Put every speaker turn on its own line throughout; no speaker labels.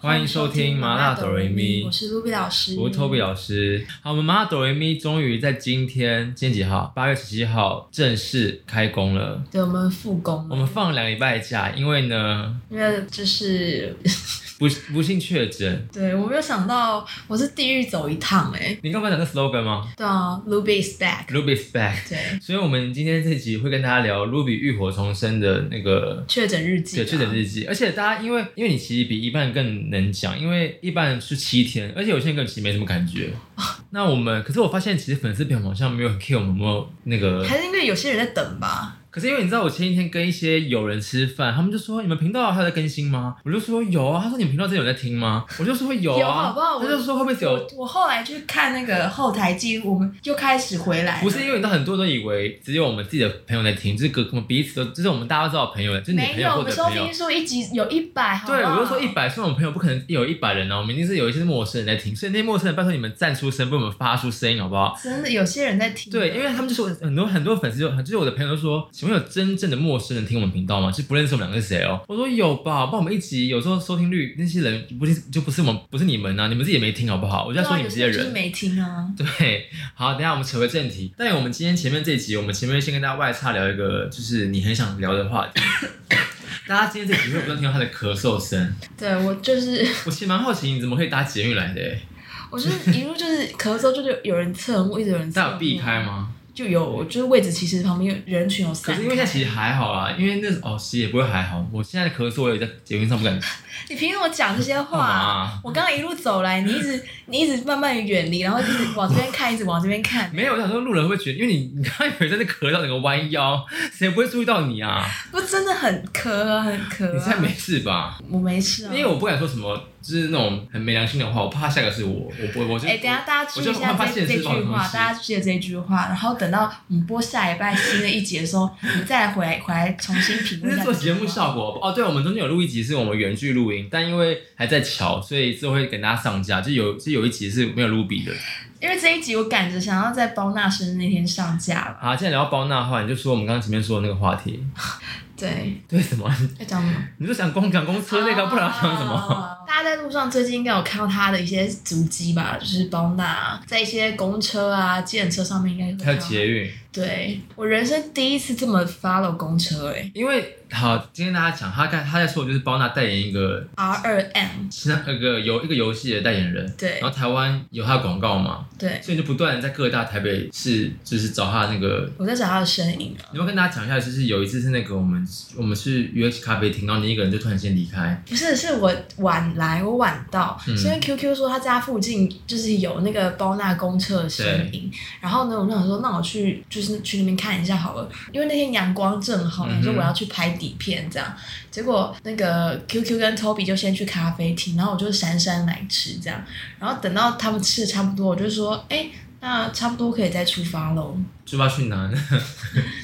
欢迎收听麻辣哆瑞咪
我是 Ruby 老师，
我是 Toby 老师。好，我们麻辣哆瑞咪终于在今天，今天几号？八月十七号正式开工了。
对，我们复工
我们放两个礼拜假，因为呢，
因为就是，
不不幸确诊。
对我没有想到我是地狱走一趟哎、
你刚刚讲的 slogan 吗
对啊，Ruby is back，
？Ruby's back。
对，
所以，我们今天这集会跟大家聊 Ruby 浴火重生的那个
确诊日记、啊，
对，确诊日记，而且大家因为因为你其实比一般人更能讲，因为一般人是七天，而且有些人根本其实没什么感觉。
哦
那我们可是我发现，其实粉丝朋友们好像没有很 care 我们有没有那个，
还是因为有些人在等吧，
可是因为你知道，我前几天跟一些友人吃饭，他们就说你们频道还有在更新吗？我就说有啊，他说你们频道真的有在听吗？我就说有啊，
有好不好
他就说会不会有？
我后来去看那个后台记录，我们又开始回来了，
不是因为你知道很多人都以为只有我们自己的朋友在听，这个我们彼此都，就是我们大家都知道的朋友，就是你
没
朋
有，
友
我
或
们
者
收
朋友
听，数一集有一百，好不啊好
对，我就说一百，虽然我们朋友不可能有一百人啊，我们一定是有一些是陌生人在听，所以那些陌生人拜托你们站出声，为我们发出声音好不好？
真的有些人在听，啊
对，因为他们就说很多很多粉丝就就是我的朋友都说，请问有真正的陌生人听我们频道吗？就不认识我们两个是谁哦？我说有吧，帮我们一集，有时候收听率那些人不是就不是我们不是你们啊，你们自己也没听好不好？我就
对
在说
啊，
你
有
们这
些
些
人就是
人。
没听啊，
对，好，等一下我们扯回正题。但我们今天前面这一集，我们前面先跟大家外插聊一个，就是你很想聊的话题。 大家今天这集会不会听到他的咳嗽声？
对我就是。
我其实蛮好奇，你怎么可以搭捷运来的、欸？
我就是一路就是咳嗽，就是有人侧目，一直有人侧
他
目。
有避开？吗？
就有，我就是位置其实旁边有人群有
可
散
是
开。
因为现在其实还好啦，因为那哦，其实也不会还好。我现在的咳嗽，我也在捷运上不 敢干
你凭什么讲这些话、
嘛啊、
我刚刚一路走来，你一直你一直慢慢远离，然后一直往这边看，一直往这边看，
没有，我想说路人会不会觉得，因为你 你刚才以为在那咳到整个弯腰，谁不会注意到你啊？
我真的很咳啊，很咳、啊。
你现在没？事吧？
我没事啊。
因为我不敢说什么，就是那种很没良心的话，我怕下个是我，我不会，我就
哎、等一下大家注意一
我就
下
怕
这
现
这
实
句
报的东
话，
西
大家记得这句话，然后等到我们播下礼拜新的一集的时候，你再来回来回来重新评
那
论
是
一下。
做节目效果哦。对，我们中间有录一集是我们原剧录音，但因为还在瞧，所以之后会给大家上架。就有就有一集是没有录笔的。
因为这一集我赶着想要在包娜生日那天上架了。
好，既然聊到包娜的话，你就说我们刚刚前面说的那个话题，
对，
对什么？
要讲什么？
你就想公讲公车那个，不然要讲什么？
啊大家在路上最近应该有看到他的一些足迹吧，就是包娜啊在一些公车啊、计程车上面应该 会
还
看
有
到。
捷运，
对我人生第一次这么 follow 公车欸诶、
因为好，今天大家讲他刚他在说，就是包娜代言一个
r 二 M
是那个游一个游戏的代言人。
对
然后台湾有他的广告嘛，
对，
所以就不断地在各大台北市就是找他那个。
我在找他的身影啊，
你要不要跟大家讲一下，就是有一次是那个我们我们去约去咖啡厅，然后你一个人就突然间离开，
不是，是我晚来，我晚到，
嗯
是因为 QQ 说他家附近就是有那个包纳公厕的身影，然后呢，我就想说，那我去就是去那边看一下好了，因为那天阳光正好，
嗯哼
我说我要去拍底片这样，结果那个 QQ 跟 Toby 就先去咖啡厅，然后我就姗姗来迟这样，然后等到他们吃的差不多，我就说，哎、那差不多可以再出发喽，
就不知道去哪，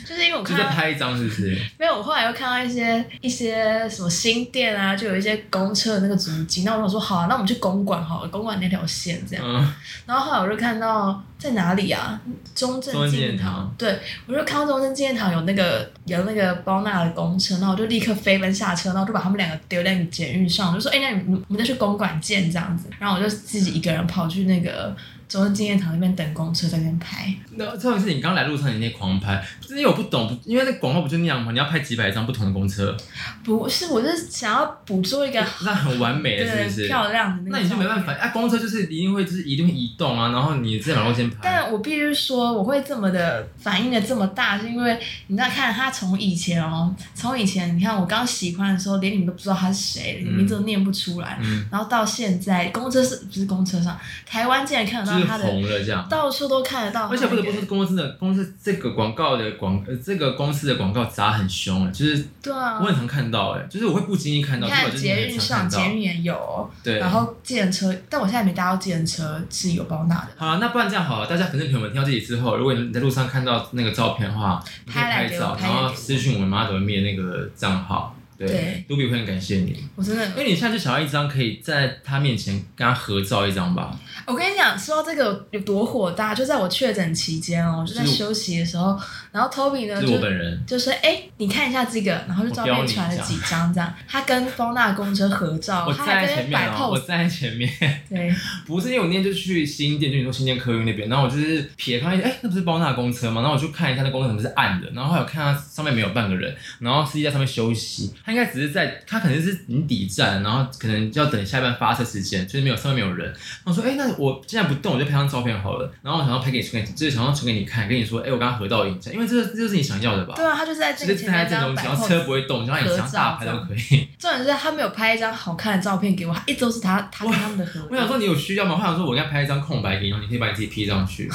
就是因为
就
我看
在
到
拍一张，是不是？
没有，我后来又看到一些一些什么新店啊，就有一些公车的那个足迹。那我想说，好啊，那我们去公馆好了，公馆那条线这样。
嗯，
然后后来我就看到在哪里啊？中正
中正
纪
纪念
念堂
堂。
对，我就看到中正纪念堂有那个有那个包纳的公车，然后我就立刻飞奔下车，然后我就把他们两个丢在捷运上，我就说：“哎、那你们我们再去公馆见这样子。”然后我就自己一个人跑去那个中正纪念堂那边等公车，在那边拍。
那重点是你刚来路上，你那狂拍，就是因为我不懂，因为那广告不就那样吗？你要拍几百张不同的公车，
不是，我是想要捕捉一个
那很完美了，是
对
不是？
漂亮的那个。
那你就没办法，。啊，公车就是一定会就是一定会移动啊，然后你在马路先拍，啊
但我必须说，我会这么的反应的这么大，是因为你知道，看他从以前哦，从以前你看我刚喜欢的时候，连你们都不知道他是谁，
嗯
名字都念不出来，
嗯，
然后到现在，公车是不是公车上，台湾竟然看得
就是
到他的，
红了这样。
到处都看得到他
而
的
且
人。
不得不说，公司的公司这个广告的广，呃，这个公司的广告砸很凶哎，就是
对啊
我，很常看到哎，就是我会不经意看到，
你
结果
看
就是
捷
你
运
很常
上，
看
捷
到。
运也有哦，
对，
然后计程车，但我现在没搭到计程车，是有包纳的。
好了，那不然这样好了，大家粉丝朋友们听到这里之后，如果你在路上看到那个照片的话，你可以
拍来
拍
给我
照，
拍
然
来
后
给我
私讯我们妈的面那个账号，对
对，
卢比会很感谢你，
我真的
因为你下次想要一张可以在他面前跟他合照一张吧，
我跟你讲，说到这个有多火大，就在我确诊期间哦，就在休息的时候，然后 Toby
这
呢呃就是
我本人。
就说：“哎、你看一下这个。”然后就照片传了几张这样。他跟风纳公车合照，
我
他
站
还
在
在那
前
边
面
摆
哦，我
pose。
站在前面，
对，
不是因为我那天就去新店，就你说新店客运那边，然后我就是瞥看，哎，那不是包纳公车吗？然后我就看一下那公车怎么是暗的，然后还有看它上面没有半个人，然后司机在上面休息，他应该只是在，他可能是已经底站，然后可能就要等下一班发车时间，就是没有上面没有人。然后说，哎，那我既然不动，我就拍张照片好了。然后我想要拍给你，就是想要传给你看，跟你说，哎，我刚刚合到影像，因为这这就是你想要的吧？
对啊，他就是在这
就
个
是
前
站在
面这
正中
样摆
间，然后车不
pose。
会动，然后你想大拍都可以。
重点是他没有拍一张好看的照片给我，他一直都是他他跟他们的合
我
照
想。说你有需要吗？我想说我应该拍一张空白给你，然后你可以把你自己 P 上 去。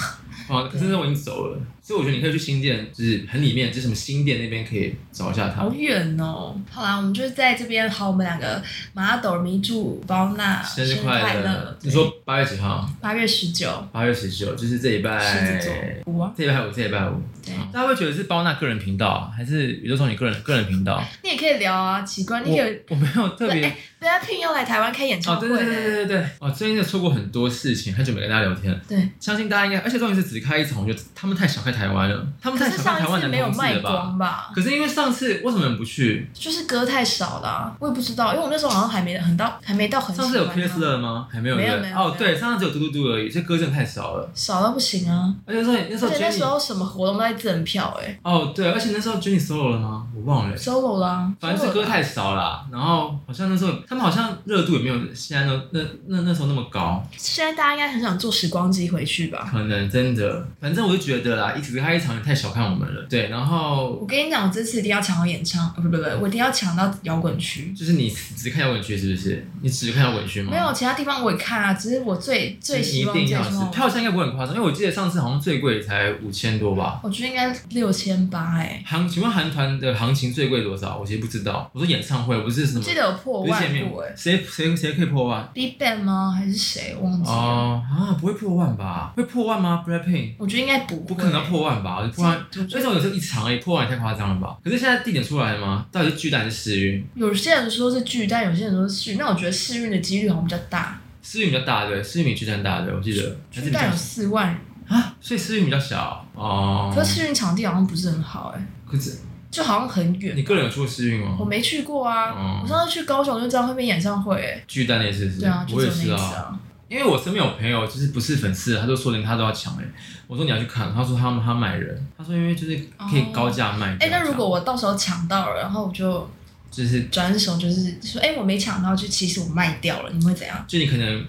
啊，可是那我已经走了，所以我觉得你可以去新店，就是很里面，就是什么新店那边可以找一下他
好。远哦！好啦，我们就是在这边，好，我们两个马斗迷祝包娜
生
日
日
快
快
乐
乐！！你说八月几号？
八月十九，
八月十九，就是这礼
狮子
拜，
座五啊，
这礼拜五，这礼拜五。
对，
大家会觉得是包娜个人频道，啊还是宇宙少女个人个人频道？
你也可以聊啊，奇怪，你可以
我我没有特别
哎 b l a c k p i n 要来台湾开演
哦
唱，会、
对对对对对对，哦，最近就错过很多事情，很久没跟大家聊天了。
对，
相信大家应该，而且重点是只开一场，我觉得他们太小看台湾了，他们
可
太
是
小看
上
台
一
湾
次
男
没有
同志
卖
了吧？
光吧？
可是因为上次为什么你们不去？
就是歌太少了啊、我也不知道，因为我那时候好像还没很到，还没到很喜
上
欢
次有
它
Chris 了吗？还没有
没有
对不
没
对
有
哦，
没有
对，上次只有嘟嘟嘟而已，这歌真的太少了。
少到不行啊！
而且那时候那时
而
候
且那时
Jenny
候什么活动都在赠票哎、
哦对，而且那时候 Jenny solo 了吗？我忘了。
solo 啦，
反正
solo
这歌
啦
太少啦，然后好像那时候他们好像热度也没有现在那那那那时候那么高，
现在大家应该很想坐时光机回去吧？
可能真的，反正我就觉得啦，一直开一场也太小看我们了。对，然后
我跟你讲，我这次一定要抢到演唱，呃不不不，我一定要抢到摇滚区。
就是你只看摇滚区是不是？你只看摇滚区吗？
没有其他地方我也看啊，只是我最
嗯
最
你
希
一
望
定
最希
要是
望，
票价应该不会很夸张，因为我记得上次好像最贵才五千多吧。
我觉得应该六千八哎，
行，请问韩团的行情最贵多少？我其实不知道。我说演唱会不是什么，
记得有破
嗯不是
万
见面
过哎、
谁谁谁可以破万？
Big Bang 吗？还是谁？忘记了。
哦啊，不会破万吧？会破万吗？Blackpink
我觉得应该不会
不可能要破万吧？破万，
这
而且我有时候一场而已，破万也太夸张了吧？可是现在地点出来了吗？到底是巨蛋还是世运？
有些人说是巨蛋，有些人说是世运，那我觉得世运的几率好像比较大。
世运比较大对，世运比巨蛋大对，我记得还是
巨
比较
蛋有四万人，
啊，所以世运比较小哦。
可是世运场地好像不是很好哎、
可是
就好像很远。
你个人有去过世运吗
我？没去过啊，
哦
我上次去高雄就知道会变演唱会哎、
巨蛋那次是，
对啊，就
我也
只有那
是
一
啊
次。啊。
因为我身边有朋友就是不是粉丝，他就说连他都要抢哎、我说你要去看，他说他们他买人，他说因为就是可以高价卖
哎、
掉这样。
那如果我到时候抢到了，然后我就
就是
转手就是说，哎、我没抢到，就其实我卖掉了，你们会怎样？
就你可能，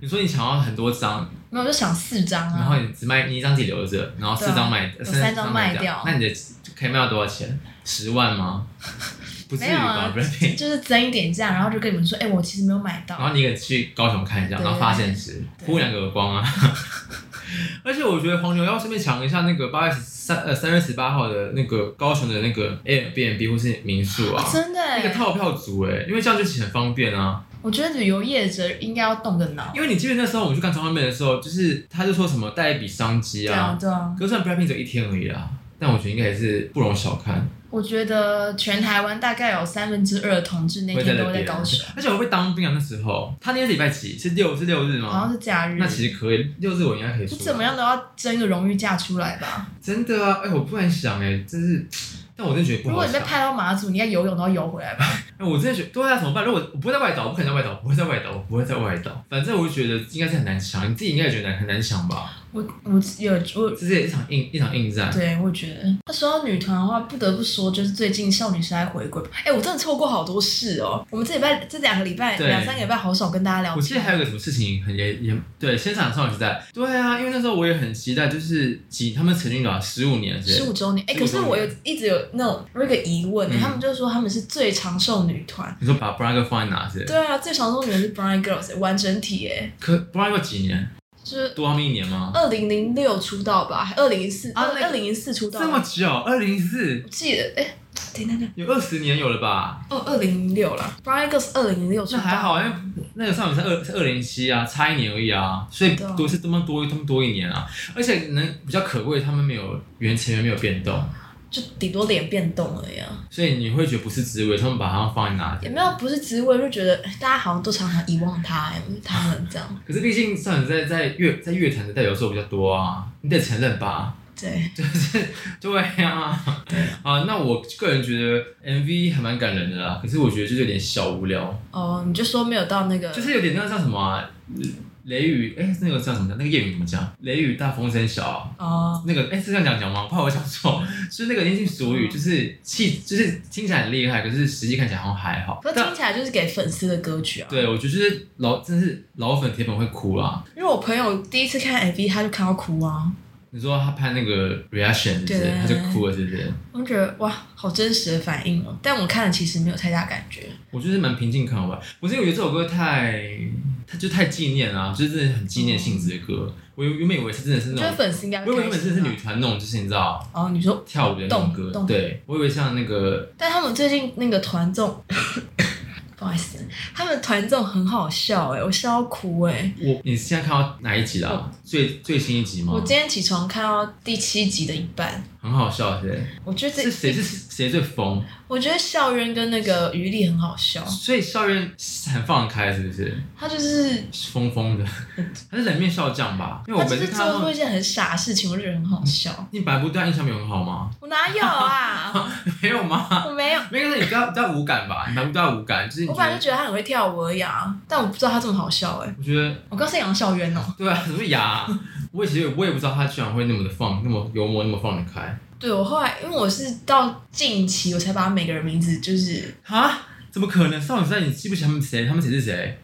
你说你抢到很多张，
没有，我就抢四张
然后
啊，
你只卖你一张自己留着，然后四张卖，
对啊
三张卖
有三张卖掉
那你的可以卖到多少钱？十万吗？ 不至
没
于
有
吧
啊，
不是。
就是增一点价，然后就跟你们说，哎、我其实没有买到。
然后你也去高雄看一下，
对
然后发现时
对
呼两个耳光啊！ 而且我觉得黄牛要顺便抢一下那个八月十三呃三月十八号的那个高雄的那个 Airbnb 或是民宿啊，
啊真的、
那
欸，
个套票组哎、因为这样就其实很方便啊。
我觉得旅游业者应该要动个脑。
因为你记得那时候我们去看张惠妹的时候，就是他就说什么带一笔商机
对啊
啊，，
对啊，
可是虽然 Blackpink 只有一天而已啦，但我觉得应该也是不容小看，
我觉得全台湾大概有三分之二的同志那
会在
天都
那
会在
边
高雄，，
而且我会当兵啊那时候，他那天是礼拜几？是六是六日
好像
吗？
是假日。
嗯那其实可以，六日我应该可以
就
说。
怎么样都要争一个荣誉价出来吧。
真的啊，哎、我突然想、哎，真是，但我真的觉得不
如
好
果你被
想。
派到马祖，你应该游泳都要游回来吧。
哎、我真的觉得，对啊，怎么办？如果我不会在外岛，我不可能在外岛，我不会在外岛，我不会在外岛。反正我就觉得应该是很难抢，你自己应该也觉得很难抢吧？
我我有我。
这是一场硬一场硬战。
嗯对，我觉得那说到女团的话，不得不说，就是最近少女时代回归。哎、我真的错过好多事哦。我们这礼拜、这两个礼拜、
对
两三个礼拜，好少跟大家聊天。
我记得还有个什么事情很也也对，先场少女时代，对啊，因为那时候我也很期待，就是几他们成军了啊十五年
十
是
五周年，哎、
15
可是我有一直有那种有一个疑问、欸
嗯
他们就说他们是最长寿女团。
你说把 Braga 放在哪是？
对啊，最长寿女团是 Brown Eyed Girls，哎完整体哎，
可 Braga 几年？
就是
多他们一年吗？
二零零六出道吧，还二零零四，
啊
二
那个
二零零四出道，
这么久，二零四
我记得哎、停等等，
有二十年有了吧？
哦，二零零六啦 b r o w n Girls 二零零六出
那
道，
还好，因为那个少女是二是二零七啊，差一年而已啊，所以
对啊
多是这么多他们多一年啊，而且能比较可贵，他们没有原成员没有变动，
就顶多脸变动了呀，
所以你会觉得不是职位，他们把它放在哪里
也？没有不是职位，就觉得哎大家好像都常常遗忘他、哎他们 这样，
可是毕竟少女在在乐在乐坛的代表作比较多啊，你得承认吧？
对
对啊，
对啊
啊，那我个人觉得 MV 还蛮感人的啦，可是我觉得就是有点小无聊，
哦，你就说没有到那个，
就是有点那个叫什么啊、雷雨，哎、那个叫什么？那个谚语怎么讲？雷雨大风声小啊、
哦，
那个哎、是这样讲讲吗？我怕我讲错，就是那个阴性俗语，就是气，就是听起来很厉害，可是实际看起来好像还好
可。是
但
听起来就是给粉丝的歌曲啊。
对，我觉得就是老，真是老粉铁粉会哭啦。
因为我朋友第一次看 MV，他就看到哭啊，
你说他拍那个 reaction 是不是
对？
他就哭了是不是？
我就觉得哇，好真实的反应哦。但我看了其实没有太大感觉，
我就是蛮平静看完，不是因为我觉得这首歌太，它就太纪念啦、就是真的很纪念性质的歌。我原原本以为是真的是
我
那
觉得
种，
粉丝应该
我以
会
为
开
原本
心啊
真的是女团那种，就是你知道
哦，你说，
跳舞的那种歌
动动，
对我以为像那个
但他们最近那个团综， 不好意思，他们团综很好笑哎、我笑到哭哎、
我，你现在看到哪一集啦？最最新一集吗
我？今天起床看到第七集的一半，
很好笑，是不是？
我觉得
是
这，
谁是谁最疯？
我觉得校园跟那个余力很好笑，
所以校园很放得开，是不是？
他就是
疯疯的， 他是冷面笑匠吧？因为
他
我
就
每次
是
看到
做出
他
一
们
件很傻的事情，我就觉得很 好笑。
你白不对他印象没有很好吗？
我哪有啊？
没有吗？
我没有，
没有，你比较比较无感吧？你白不对无感，就是你
我
觉
本来
得
就觉得他很会跳舞而已啊，但我不知道他这么好笑哎、
我觉得
我刚是杨孝渊哦，
对啊，什么牙？我也其实我也不知道他居然会那么的放，那么幽默，那么放得开
对我后来因为我是到近期我才把每个人名字就是，
啊？怎么可能？少女时代你记不起他们谁？他们谁是谁？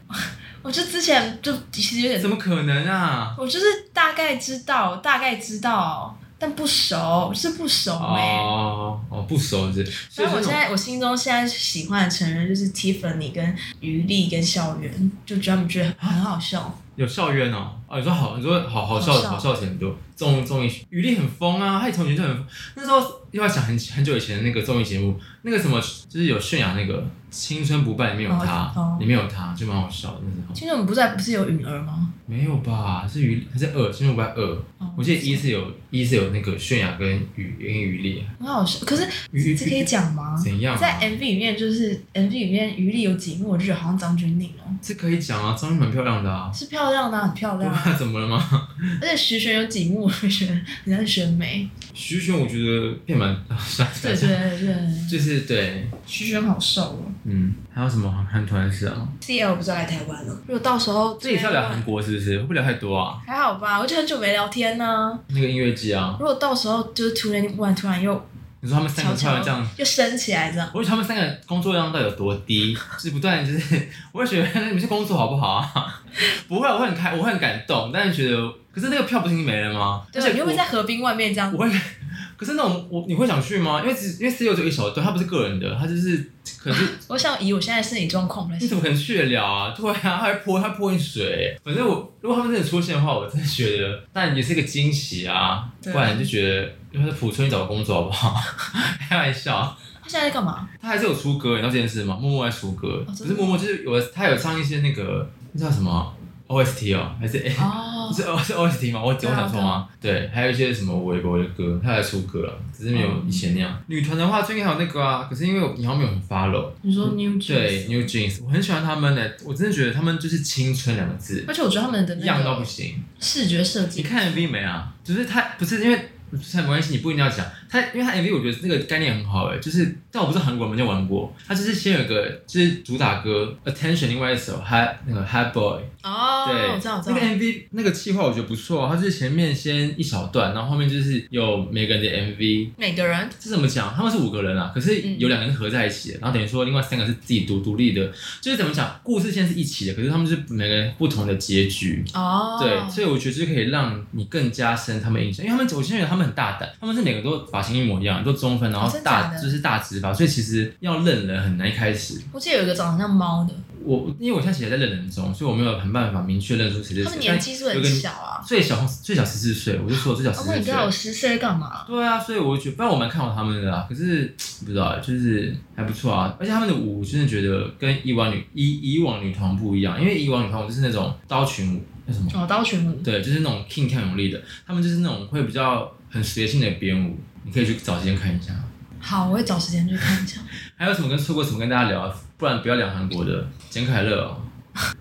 我就之前就其实有点
怎么可能啊？
我就是大概知道，大概知道，但不熟，就是不熟
Oh,
哎、欸。
哦哦，不熟是不是，所
所
以是那
以我现
种
在我心中现在喜欢的成员就是 Tiffany 跟于丽跟校园，就觉得他们觉得很好笑。
有校园哦。哦，你说好，你说好好笑
好笑
好笑很多综综艺余力很疯啊，他从以前就很疯。那时候又要想很很久以前的那个综艺节目，那个什么就是有泫雅那个《青春不败》里面有他，
哦哦
里面有他就蛮好笑的那时候。
青春我们不在不是有允儿吗？
没有吧？是余还是二？《青春不败》二。
哦
我记得一是有一是有那个泫雅跟雨跟雨丽，
很好笑，可是
雨
这可以讲吗？
怎样、啊？
在 MV 里面，就是 MV 里面于丽有几幕，我就觉得好像张钧甯哦，
这可以讲啊，张玉蛮漂亮的啊。
是漂亮的啊、很漂亮啊。
那怎么了吗？
而且徐玄有几幕，我就觉得很像选美。
徐玄我觉得变蛮， 啊算了
对
算了
对
算了，
对对，
就是对，
徐玄好瘦哦。
嗯，还有什么韩团的事啊？
CL 不是要来台湾了？如果到时候
这也是要聊韩国是不是？会不会聊太多啊？
还好吧，我就很久没聊天呢、
那个音乐季啊，
如果到时候就是突然突然突然又
你说他们三
悄
个突
悄
然这样。
又升起来这样，
我觉得他们三个工作量到底有多低，就是不断就是，我会觉得你们去工作好不好啊？不会，我会很开，我会很感动，但是觉得，可是那个票不是已经没了吗？而且
对，你会不会在河滨外面这样
我？会，可是那种我你会想去吗？因为只因为 C 六只有一小段，它不是个人的，它就是可是
我想以我现在身体状况来
你怎
说，
么可能去得了啊？对啊，它还泼它泼你水，反正我如果他们真的出现的话，我真的觉得，但也是个惊喜啊，不
对啊
然就觉得要在浦村找个工作好不好？ 开玩笑，
他现在在干嘛？
他还是有出歌，你知道这件事吗？默默在出歌，
哦
不
真的吗
是默默，就是有他有唱一些那个那叫什么 OST 哦，还是 A。
哦，啊
是 O 是 OST 吗？我只我想说吗？对，还有一些什么微博的歌，他还出歌了，只是没
哦
有以前那样。女团的话，最近还有那个啊，可是因为我你好像没有很 follow。
你说 New
嗯对
Jeans，
，New Jeans，我很喜欢他们呢、我真的觉得他们就是青春两个字，
而且我觉得他们的那
样到不
个
行。
视觉设
你
计，
看 MV 没啊？就是他不是因为。没关系，你不一定要讲他，因为他 MV 我觉得这个概念很好哎、就是但我不是韩国人就玩过，他就是先有个就是主打歌 Attention，另外一首 Hi 那个 Hi Boy，
哦，
对，
我知道我知
那
道
个，MV 那个气话我觉得不错、哦它就是前面先一小段，然后后面就是有每个人的 MV。
每个人
这怎么讲？他们是五个人啊，可是
嗯
有两个人合在一起的，然后等于说另外三个是自己独独立的，就是怎么讲，故事线是一起的，可是他们就是每个人不同的结局。
哦，
对，所以我觉得就是可以让你更加深他们印象，因为他们我现在觉得他们很大胆，他们是每个都发型一模一样，都中分，然
哦
后
真
大、
假的
就是大直发，所以其实要认人很难一开始。
我记得有一个长得像猫的，
我因为我现在其实还在认人中，所以我没有很办法明确认出谁是谁。
他们年纪是不是
有
很
个
小啊。
最小最小十四岁，我就说最小十
哦，
四
那你
岁
刚。好十岁干嘛？
对啊，所以我觉得，不然我蛮看好他们的啦。可是不知道，就是还不错啊。而且他们的舞，我真的觉得跟以往女以以往女团不一样，因为以往女团舞就是那种刀群舞，那什么？
哦，刀群舞，
对，就是那种 king 跳勇力的，他们就是那种会比较很随性的编舞。你可以去找时间看一下。
好，我会找时间去看一下。
还有什么跟错过什么跟大家聊啊？不然不要聊韩国的简凯乐哦，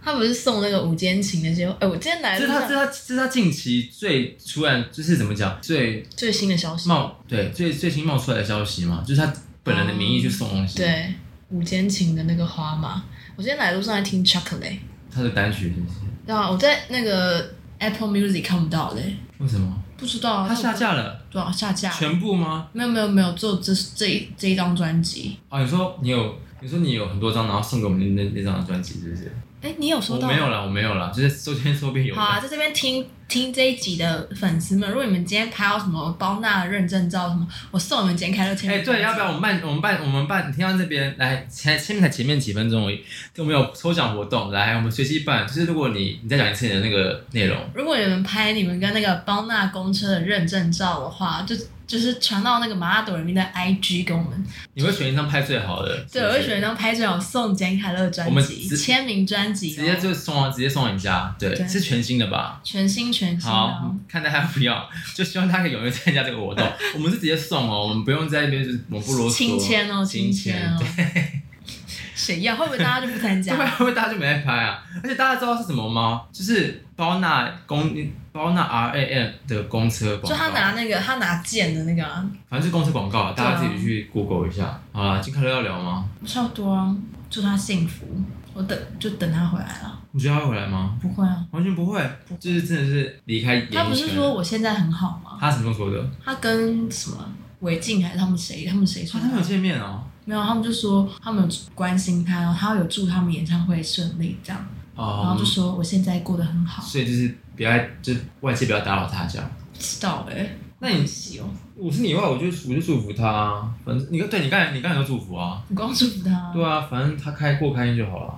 他不是送那个五间情的结婚？哎、我今天来
这是
的路
他这
上
是他这是他近期最突然就是怎么讲最
最新的消息，
冒对最最新冒出来的消息嘛，就是他本人的名义去送东西，，
哦对五间情的那个花嘛。我今天来的路上在听 Chocolate，
他的单曲是不是？
对啊，我在那个 Apple Music 看不到嘞、
为什么
不知道啊
他下架了？
多少下架？
全部吗？
没有没有没有，只有这这一这一张专辑。
啊，你说你有你说你有很多张，然后送给我们那那那张专辑是不是？
哎，你有收
我
到？
没有啦，我没有啦，就是周边周边有的。
好啊，在这边听听这一集的粉丝们，如果你们今天拍到什么包纳认证照什么，我送你们剪开乐签
哎、
名专
对，
辑。
要不要我们办我们办我们办？听到这边来前前面才前面几分钟而已，就没有抽奖活动。来，我们随机办，就是如果你你再讲一次你的那个内容，
如果你们拍你们跟那个包纳公车的认证照的话，就就是传到那个麻辣朵人民的 IG 给我们，
你会选一张拍最好的。
对，
是
我
不是
会选一张拍照送简凯乐专
我们
辑、
直
签名专辑、哦，
直接就送啊，直接送人家。对，
对
是全新的吧？
全新全新的
好
哦、，
看大家要不要，就希望大家可以踊跃参加这个活 动。我们是直接送哦，我们不用在那边就是我们不啰嗦。
亲签哦，
亲
亲签
签，
哦，谁要？会不会大家就不 参
对，会
加？
不会大家就没在拍啊？而且大家知道是什么吗？就是包纳公包纳 R A M 的公车广告，
就他拿那个他拿剑的那个、啊，
反正是公车广告啊，
对啊
大家自己去 Google 一下。好啦，金凯乐要聊吗？
差不多啊，祝他幸福。我等就等他回来了，
你觉得他会回来吗？
不会啊。
完全不会，就是真的是离开演艺圈。
他不是说我现在很好吗？
他什么时候说的？
他跟什么韦静还是他们谁？他们谁
他
说的
他没有见面哦。
没有，他们就说他们有关心他，然后他有祝他们演唱会顺利这样，然
哦
后就，说我现在过得很好。
所以就是不要，就是外界不要打扰他这样。
不知道哎、欸，
那你
喜哦，
我是你的话，我就我就祝福他啊。反正你对你刚才你刚才有祝福啊，
你光祝福他。
对啊，反正他开过开心就好了。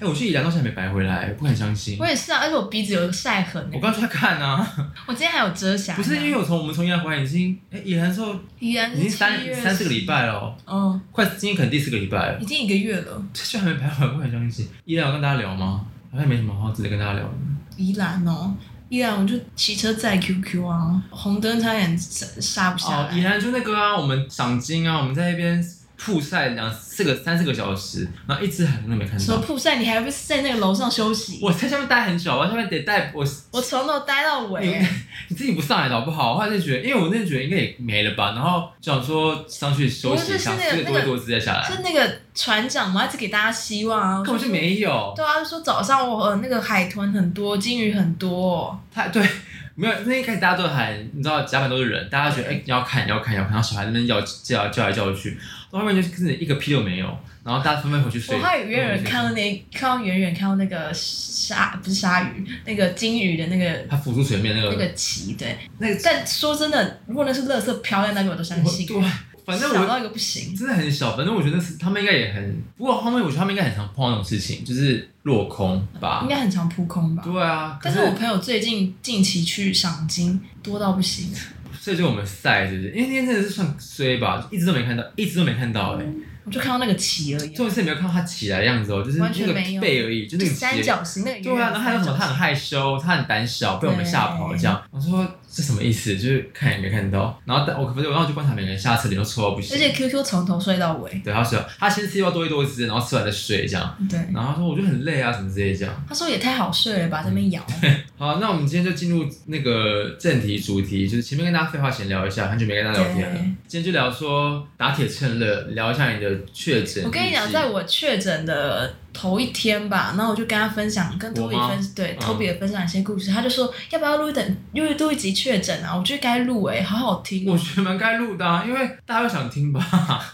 哎，我去宜兰到现在还没白回来，不敢相信
我。也是啊，而且我鼻子有晒痕、
我
欸，
刚去看 啊，
我今天还有遮瑕呢。
不是因为我从我们从宜兰回来已经，哎，宜兰之后
依然
已
是
经三
7月
三四个礼，拜了哦。
嗯，
快，今天可能第四个礼拜了，
已经一个月了。
这就还没排完，不敢相信。依然要跟大家聊吗？好像没什么好值得跟大家聊的。
宜兰哦，宜兰我就骑车载 QQ 啊，红灯差点刹刹不下
哦，依
来。
然就那个啊，我们赏金啊，我们在那边曝晒两四个三四个小时，然后一只海豚都没看
什么
到。
曝晒，你还不是在那个楼上休息？
我在下面待很久，我啊在下面得待我，
我从头待到尾、欸。
你自己不上来的好不好？我后来就觉得，因为我那觉得应该也没了吧，然后就想说上去休息一下，
不是是那
吃
个
个多一多汁再下来，
是那个船长嘛，一直给大家希望啊。
根本就没有。
对啊，就说早上我呃那个海豚很多，金鱼很多，
他对，没有那一开始大家都喊，你知道甲板都是人，大家觉得哎、要看要看要看，然后小孩在那边要叫叫来叫去，到后面就是真的一个屁都没有，然后大家纷纷回去睡。
我还以为有人看到那看到远远看到那个鲨不是鲨鱼，那个金鱼的那个
他浮出水面那个
那个鳍，对。
那个
但说真的，如果那是垃圾飘在那边，我都相
我
信。
对，反正
小
我
到一个不行。
真的很小，反正我觉得是他们应该也很，不过后面我觉得他们应该很常碰到那种事情，就是落空吧
应。该很常扑空吧？
啊对啊，可
但是我朋友最近近期去赏金多到不行，
所以就我们晒，就是因为那天真的是算衰吧，一直都没看到，一直都没看到哎、
我就看到那个鳍而已，
重点是也没有看到他起来的样子哦，就是
完全
那个
没有
背而已，就那
就
个
三
斜
角形那个。
对啊，然后还有什么？他很害羞，他很胆小，被我们吓跑这样。我说这什么意思？就是看也没看到。然后但我可不是，我然后就观察每个人下车，脸都臭到不行。
而且 QQ 从头睡到尾，
对，他说他先吃要多一多汁，然后吃完再睡这样。
对。
然后他说我就很累啊，什么之类这样。
他说也太好睡了吧，在
嗯
那边摇。
好，那我们今天就进入那个正题主题，就是前面跟大家废话闲聊一下，很久没跟大家聊天了
对。
今天就聊说打铁趁热，聊一下你的确诊日记。
我跟你讲，在我确诊的头一天吧，然后我就跟他分享，跟
我
Toby
吗
分对
嗯
Toby 也分享一些故事，他就说要不要录一等，录录一集确诊啊？我觉得该录哎，好好听
我
哦。
觉得蛮该录的、啊，因为大家都想听吧。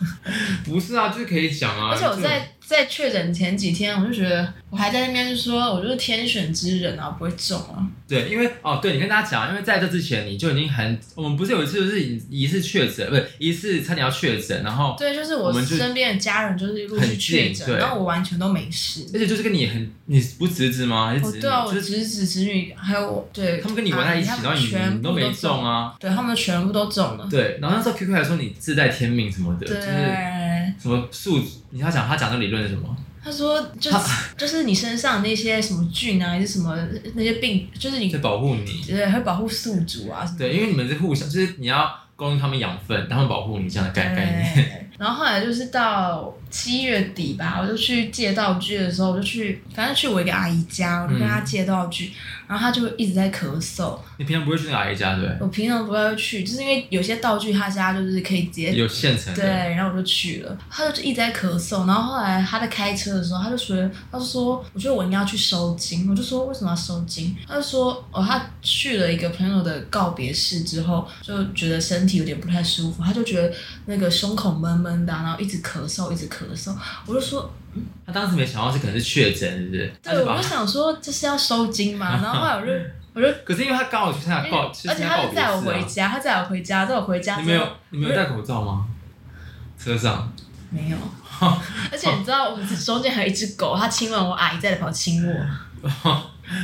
不是啊，就是可以讲啊。
而且我
这个
在在确诊前几天，我就觉得我还在那边就说，我就是天选之人啊，不会中啊。
对，因为哦，对你跟大家讲，因为在这之前你就已经很，我们不是有一次就是疑似确诊，不是疑似差点要确诊，然后
对，就是
我
我
们就
身边的家人就是陆
很
续
近
确诊，
对
然后我完全都没事。
而且就是跟你很，你不是侄子吗？还是
哦
侄，女？
对啊，我
就
侄
是
子侄女还有我，对，
他们跟你玩在一
阿姨
起，然
他们
后你
全
你
部都
没中
啊，
啊。
对他们全部都中了。
对，然后那时候 QQ 还说你自带天命什么的，就是
对，
什么数，你要讲他讲的理论是什么？
他说就是就是你身上那些什么菌啊，还是什么那些病，就是你
在保护你。
对会保护宿主啊什么。
对，因为你们是互相，就是你要。供应他们养分，他们保护你这样的概概念。
对，然后后来就是到七月底吧，我就去借道具的时候，我就去，反正去我一个阿姨家，我就跟她借道具，然后她就一直在咳嗽。
你平常不会去那个阿姨家对不
我平常不会去，就是因为有些道具她家就是可以直接
对？有现成
对，
的，
然后我就去了，他就一直在咳嗽，然后后来他在开车的时候，他就说，他就说，我觉得我应该要去收金，我就说为什么要收金？他就说，哦，他去了一个朋友的告别式之后，就觉得身体有点不太舒服，他就觉得那个胸口闷闷的啊、然后一直咳嗽，一直咳嗽，我就说，
他当时没想到是可能是确诊，是不是？他
对，
就
我
把
就想说这是要收金嘛，然后后来 我就，我就。
可是因为他刚好去参加
因为
告，
而
去
且
参加
他
告
是
别式
载我回
啊。
家，他载我回家，载我回家
你
之
没
后，
有你没有戴口罩吗？车上
没有，而且你知道，我们中间还有一只狗，它亲完我阿姨，再跑亲我。
嗯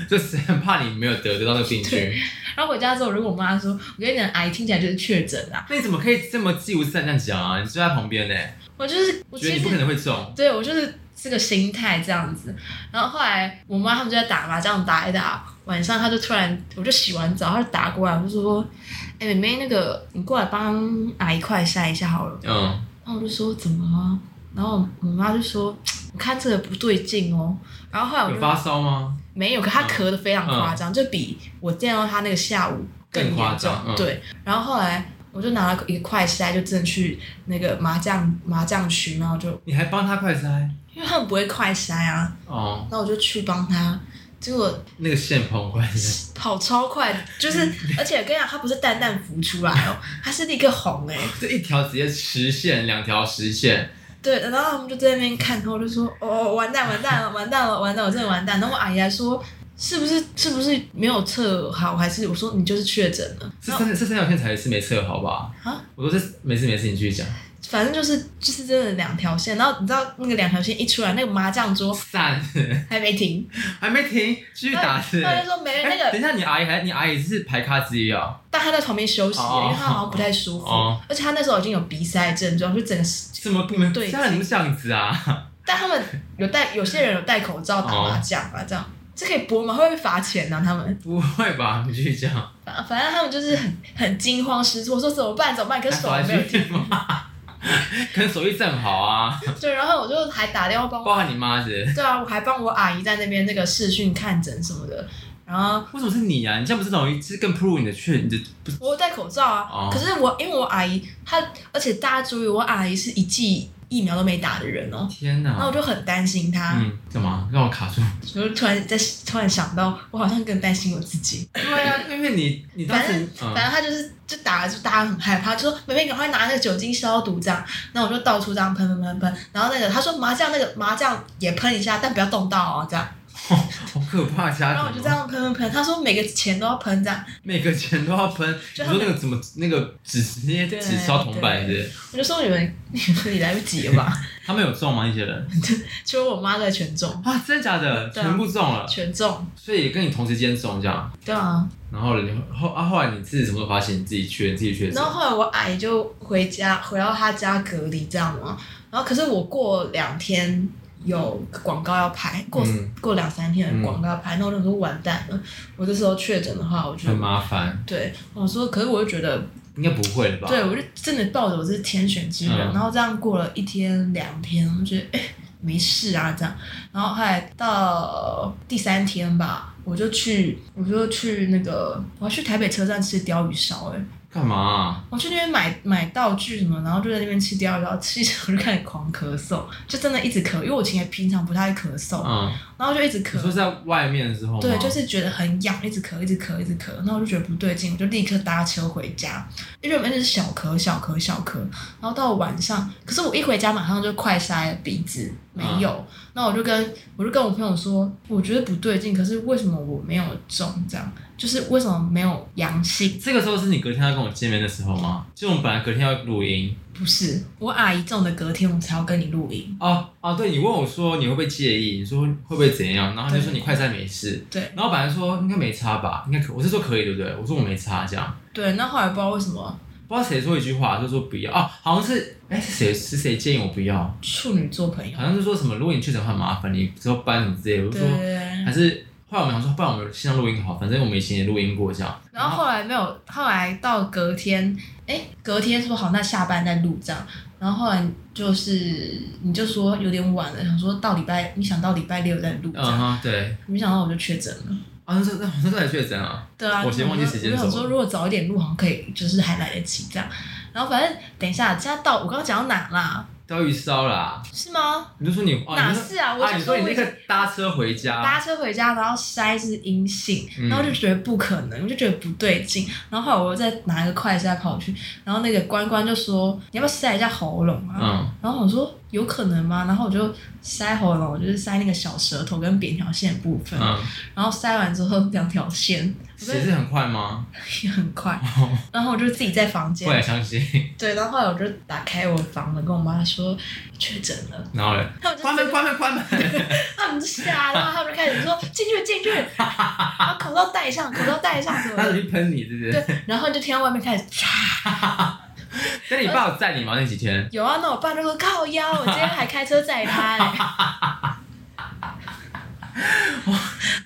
就是很怕你没有得得到那个病菌。
然后回家之后，如果我妈说，我跟你讲，阿姨听起来就是确诊啊啦。
那你怎么可以这么既无散这样讲啊？你就在旁边呢、
我就是，我
觉得
其
你不可
实
能会中。
对我就是这个心态这样子。然后后来我妈他们就在打麻将，打一打，晚上她就突然，我就洗完澡，她就打过来，我就说，哎、妹妹，那个你过来帮阿姨快晒一下好了。
嗯，
然后我就说怎么了？然后我妈就说，我看这个不对劲哦。然后后来我
有
就
发烧吗？
没有，可他咳的非常夸张，就比我见到他那个下午
嗯更夸
严重
张。嗯
对，然后后来我就拿了一个快筛，就真的去那个麻将麻将区，然后就
你还帮他快塞？
因为他们不会快筛啊，
哦，
然后我就去帮他，结果
那个线膨快塞，
跑超快， 就是而且跟你讲，他不是淡淡浮出来哦，他是立刻红哎、
这一条直接实线，两条实线，
对，然后他们就在那边看，然后我就说：“哦，完蛋，完蛋了，完蛋了，完蛋了，我真的完蛋。”然后我阿姨还说：“是不是是不是没有测好？还是我说你就是确诊了？”
是
然后
三是三条线才是没测好吧？
哦啊，
我说这没事没事，你继续讲。
反正就是就是真的两条线。然后你知道那个两条线一出来，那个麻将桌
散
还没停，
还没停，继续打是。
他就说没
哎
那
等
个，
一下，你阿姨还你阿姨是排咖之一啊？
但他在旁边休息，
哦
因为他好像不太舒服
哦，
而且他那时候已经有鼻塞症状，就整个。
怎么你们
对
家人怎么这样子啊？
但他们有戴，有些人有戴口罩打麻将啊，这样这可以播吗？会不会罚钱呢、啊他们？
不会吧？你继续讲。
反反正他们就是很很惊慌失措，说怎么办怎么办，可是手还没有停。
去吗？可能手艺正好啊，
对，然后我就还打电话帮我，
包含你妈是不是。
对啊，我还帮我阿姨在那边那个视讯看诊什么的。然后
为什么是你啊？你这样不是等于是更 prove 你的确你的不是
我有戴口罩啊，
哦
可是我因为我阿姨她，而且大家注意，我阿姨是一剂疫苗都没打的人哦。
天
然后
哪
我！就很担心她，
嗯，干嘛让我卡住？
我就突然在突然想到，我好像更担心我自己。
对啊， 因为你你当时嗯
反正她就是就打了，就大家很害怕，就说妹妹赶快拿那个酒精消毒这样。然后我就到处这样喷喷喷喷，然后那个她说麻将那个麻将也喷一下，但不要动到哦这样。
好可怕家
然后我就
庭
这
哦，
样喷喷喷，她说每个钱都要喷这样，
每个钱都要喷。你
就
说那个怎么那个纸直接
对
纸烧铜板是不是？
我就说你们 你们也来不及了吧？
他们有中吗？那些人
结果我妈在全中，
啊，真的假的？
对啊
全部中了，
全中，
所以也跟你同时间中这样。
对啊。
然后你后啊，后来你自己什么时候发现你自己确你自己确诊
然？后后来我阿姨就回家，回到她家隔离这样嘛。然后可是我过两天有广告要拍，过、
嗯
过两三天有广告要拍，那我就说完蛋了。我这时候确诊的话，我就
很麻烦，
对我说，可是我就觉得，
应该不会了吧？
对我就真的抱着我是天选之人。
嗯
然后这样过了一天两天，我就觉得哎没事啊这样。然后后来到第三天吧，我就去我就去那个我要去台北车站吃鲷鱼烧哎、
干嘛啊？
我去那边买买道具什么，然后就在那边吃掉，然后吃一吃我就开始狂咳嗽，就真的一直咳，因为我以前平常不太咳嗽，
嗯，
然后就一直
你说
咳，
在外面的时候吗？
对，就是觉得很痒，一直咳，一直咳，一直咳，然后我就觉得不对劲，我就立刻搭车回家，因为原本就是小咳小咳小咳，然后到晚上，可是我一回家马上就快塞鼻子没有，那、我就跟我就跟我朋友说，我觉得不对劲，可是为什么我没有中这样？就是为什么没有阳性？
这个时候是你隔天要跟我见面的时候吗？就我们本来隔天要录音
不是，我阿姨中的隔天我才要跟你录音。
哦哦，对你问我说你会不会介意，你说会不会怎样，然后你就说
对
你快塞没事，
对
然后本来说应该没差吧，应该可，我是说可以对不对？我说我没差这样，
对，那后来不知道为什么
不知道谁说一句话就说不要哦，好像是哎是谁是谁建议我不要，
处女座朋友
好，像是说什么如果你确诊会很麻烦，你之后搬什么之类的，我就
对
说还是后来我们想说，不然我们线上录音好，反正我们以前也录音过这样。
然后后来没有，后来到隔天，哎，隔天说好，那下班再录这样。然后后来就是你就说有点晚了，想说到礼拜，你想到礼拜六再录这
嗯
样，
哼，对，
没想到我就确诊了。
啊，那是那那才确诊啊，
对啊，
我先忘记时间轴了
我想说，如果早一点录，好像可以，就是还来得及这样。然后反正等一下，现在到我刚刚讲到哪啦？
钓鱼烧啦，
是吗？
啊你就说你哦，
哪
你说
是啊？我
啊，
就
你说你
我
那
已经
个搭车回家，
搭车回家，然后筛是阴性，
嗯
然后就觉得不可能，我就觉得不对劲。然后后来我又再拿一个快筛跑去，然后那个关关就说：“你要不要筛一下喉咙啊？”
嗯，
然后我说：“有可能吗？”然后我就筛喉咙，我就是筛那个小舌头跟扁条线的部分，
嗯，
然后筛完之后两条线，我觉
写字很快吗？
也很快。
哦
然后我就自己在房间
不，敢相信，
对，然后后来我就打开我房门，跟我妈说确诊了，
然后嘞，
他们就
关门关门关 门，
他们就吓到，他们就开始说进去 进去，把口罩戴上，口罩戴上什么
他
的。
去喷你，是不是？
对，然后就听到外面开始 唰，
但你爸有载你吗？那几天？
有啊，那我爸就说靠腰，我今天还开车载他欸。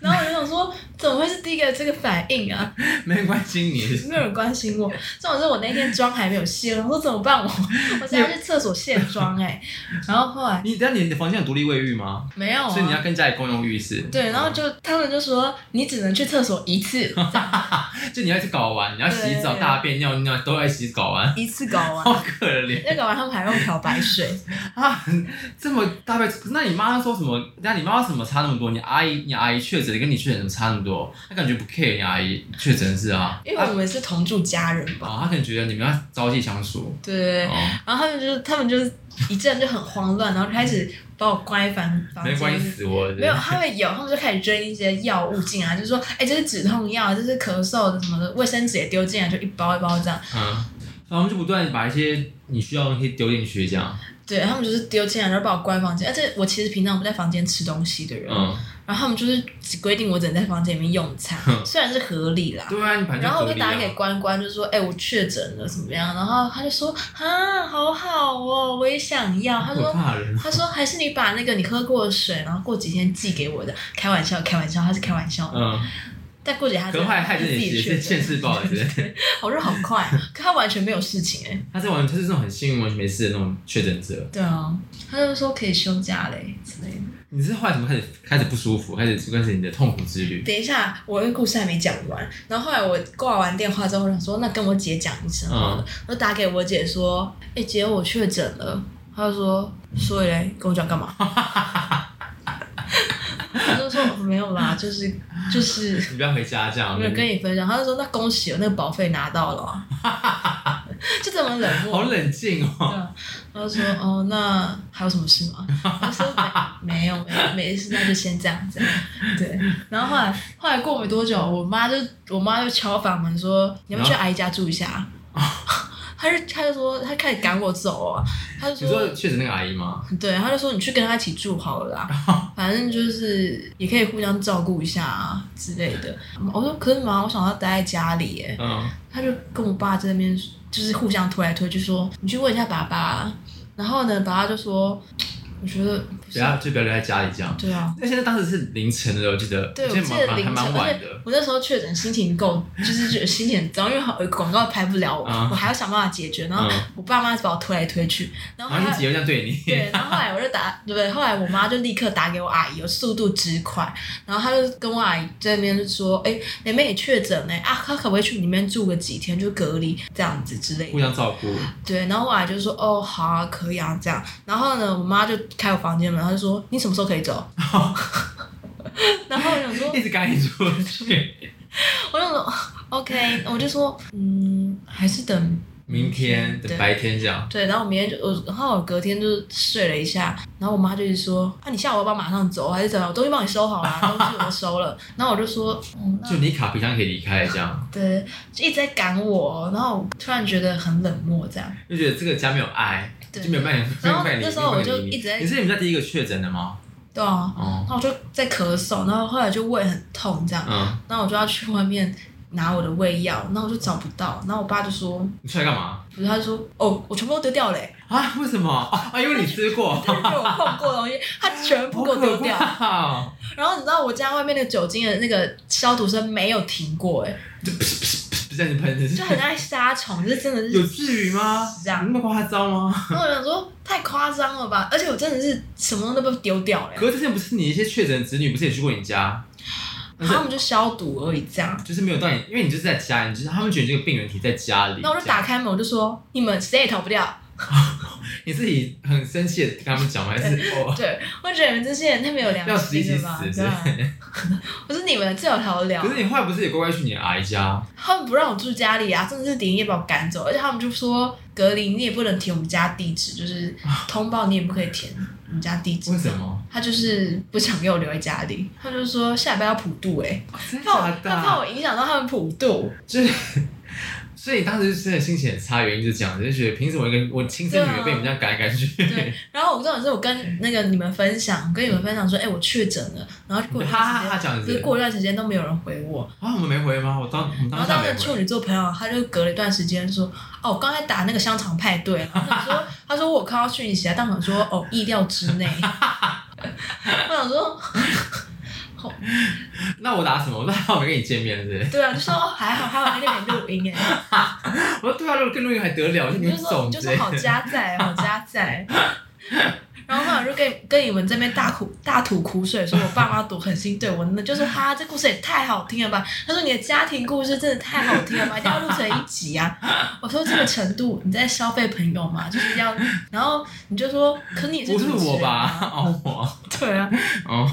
然后我就想说，怎么会是第一个这个反应啊？
没人关心你，
没有人关心我。重点是我那天妆还没有卸，我说怎么 办我？我现在去厕所卸妆哎、然后后来
你但你的房间有独立卫浴吗？
没有啊，
所以你要跟家里共用浴室。
对，然后就他们就说你只能去厕所一次， 这样
哦就你要去搞完，你要洗澡、
对
大便、尿尿都要一起搞完，
一次搞完。
好可怜
那搞完他们还用漂白水，
啊！ 这么大便，那你妈说什么？那你妈为什么差那么多？你阿姨，你阿姨确诊跟你确诊差那么多，她感觉不 care 你阿姨确诊是啊，
因为我们是同住家人吧。
啊，她可能觉得你们要朝夕相处。
对，
哦，
然后他们就他们就是一阵就很慌乱，然后开始把我关在房房
没
间
关系，死我了。
没有，他们有，他们就开始扔一些药物进来，就说，哎、这是止痛药，这是咳嗽的什么的，卫生纸也丢进来，就一包一包这样。
嗯，然后我们就不断地把一些你需要的东西丢进去，这样，
对他们就是丢进来，然后把我关房间。而且我其实平常不在房间吃东西的人，
嗯，
然后他们就是只规定我只能在房间里面用餐，虽然是合理 啦。
对啊，你反正
然后我
合
就
理啊
打给关关，就说：“哎、我确诊了，怎么样？”然后他就说：“啊，好好哦，我也想要。”他
可
说
怕人：“，
他说还是你把那个你喝过的水，然后过几天寄给我的。”开玩笑，开玩笑，他是开玩笑的。
嗯，
但过几天他
可能后来害
自
着你写
己确
现
诊，
世报，是不是？
好热好快、啊，可他完全没有事情哎、
他是完全就是那种很幸运完全没事的那种确诊者。
对啊，他就说可以休假嘞之类的。
你是后来怎么开始开始不舒服，开始开始你的痛苦之旅？
等一下，我的故事还没讲完。然后后来我挂完电话之后，我想说，那跟我姐讲一声好了。
嗯
我就打给我姐说：“哎、姐，我确诊了。”她就说：“所以嘞，跟我讲干嘛？” 我就说：“没有啦，就是就是
你不要回家这样，
没有跟你分享。”她就说：“那恭喜，我哦那个保费拿到了 啊。”就这么冷漠。
好冷静
对
哦。
啊，然后说哦，那还有什么事吗？他说没没有没有没事，那就先这样这样。对，然后后来后来过没多久，我妈就我妈就敲房门说，你要不要去阿姨家住一下？她就她就说她开始赶我走啊，她就
你
说
说确诊那个阿姨吗？
对，她就说你去跟她一起住好 了啦，反正就是也可以互相照顾一下啊之类的。我说可是妈，我想要待在家里耶、
嗯，
他就跟我爸在那边就是互相推来推去说，你去问一下爸爸。然后呢，爸爸就说，我觉得不
不
是，
要就不要留在家里这样。
对啊。
那现在当时是凌晨的，我记得，
对，我
我
记
记蛮
得
蛮还
凌晨，
蛮
而
晚
且
的。
我那时候确诊，心情够，就是觉得心情很糟，因为好广告拍不了我，
嗯
我还要想办法解决。然后
嗯
我爸妈把我推来推去，然后
然后你
还
姐又这样对你，
对，然后后来我就打，对不对？后来我妈就立刻打给我阿姨，我速度之快。然后她就跟我阿姨在那边就说：“哎、妹妹也确诊嘞、啊，她可不可以去里面住个几天，就隔离这样子之类的
互？”相照顾。
对，然后我来就说哦，好啊，可以啊，这样。然后呢，我妈就开我房间门，她就说你什么时候可以走？然后我想说，
一直赶你出去，
我想说 OK，我就说嗯，还是等
明天等
对
白天这样。
对。然后我明天就我，然后我隔天就睡了一下，然后我妈就一直说啊，你下午要不要马上走，还是怎样？我东西帮你收好了、东西我都收了。然后我就说嗯，那
就你卡皮箱可以离开这样，
对，就一直在赶我，然后我突然觉得很冷漠这样。
就觉得这个家没有爱，
对
就没有伴你，没
然
有
后
伴你。
那时候我就
没有伴你
一直在
你是你们家第一个确诊的吗？
对啊，
哦，
然后我就在咳嗽，然后后来就胃很痛这样。
嗯，
那我就要去外面拿我的胃药，然后我就找不到，然后我爸就说，
你出来干嘛
不是，他就说，哦，我全部都丢掉 了、欸，
啊？为什么啊？啊因为你吃 过，
就是被我碰过的东西，他全部给我丢掉
好。可怕哦
然后你知道我家外面那个酒精的那个消毒声没有停过、欸，哎，
就噗噗噗噗噗这样子喷，
就很像杀虫，就是真的
有
是，
至于吗？嗯
这样
你那么夸张吗？
然后我想说太夸张了吧，而且我真的是什么都被丢掉了、欸
可是之前不是你一些确诊子女不是也去过你家？
然后我们就消毒而已这样。
就是没有到你，因为你就是在家，你就是他们觉得你这个病原体在家里。
那我就打开门，我就说你们谁也逃不掉。
这样，你自己很生气的跟他们 讲吗？还是哦，
对，我觉得你们这些人太没有
要
良
死一
心
起
了
死
吧？
是不
对啊，
是？
我说你们最有逃得了
可。是你后来不是也乖乖去你的阿姨家？
他们不让我住家里啊，真的是连夜把我赶走，而且他们就说隔离你也不能填我们家地址，就是通报你也不可以填我们家地址
为。什么？
他就是不想给我留在家里，他就说下礼拜要普渡哎、欸，
真的
怕
假
我他怕
的？啊
我影响到他们普渡，
就是。所以你当时真的心情很差，原因就是这样，就是觉得凭什么一个我亲生女儿被你们这样赶来赶去？
对。然后我重点是我跟那个你们分享，跟你们分享说，哎、我确诊了，然后过一
哈
段
哈
时间
哈这样
可是
子。
过一段时间都没有人回我，
啊，我们没回吗？我当我们
然
当
后
下
当
没
时处
回。
女座朋友，他就隔了一段时间说，哦，我刚才打那个香肠派对，然后我想说，他说我有看到讯息啊，但我想说，哦，意料之内，我想说，
那我打什么？我打我没跟你见面，是不 是？
对啊，就说哦还好，还好还在那边录音哎，
我说对啊，如果跟录音还得了，我就
你就说
总
你就说好加载，好加 载。然后后来我就跟跟你们这边大苦大吐苦水，说我爸妈多狠心对我，那就是哈，这故事也太好听了吧？他说你的家庭故事真的太好听了吧，一定要录成一 集啊！我说这个程度你在消费朋友嘛，就是要，然后你就说，可你也
不
主持
是
人、啊、
我吧？？ 哦，我
对啊，
哦，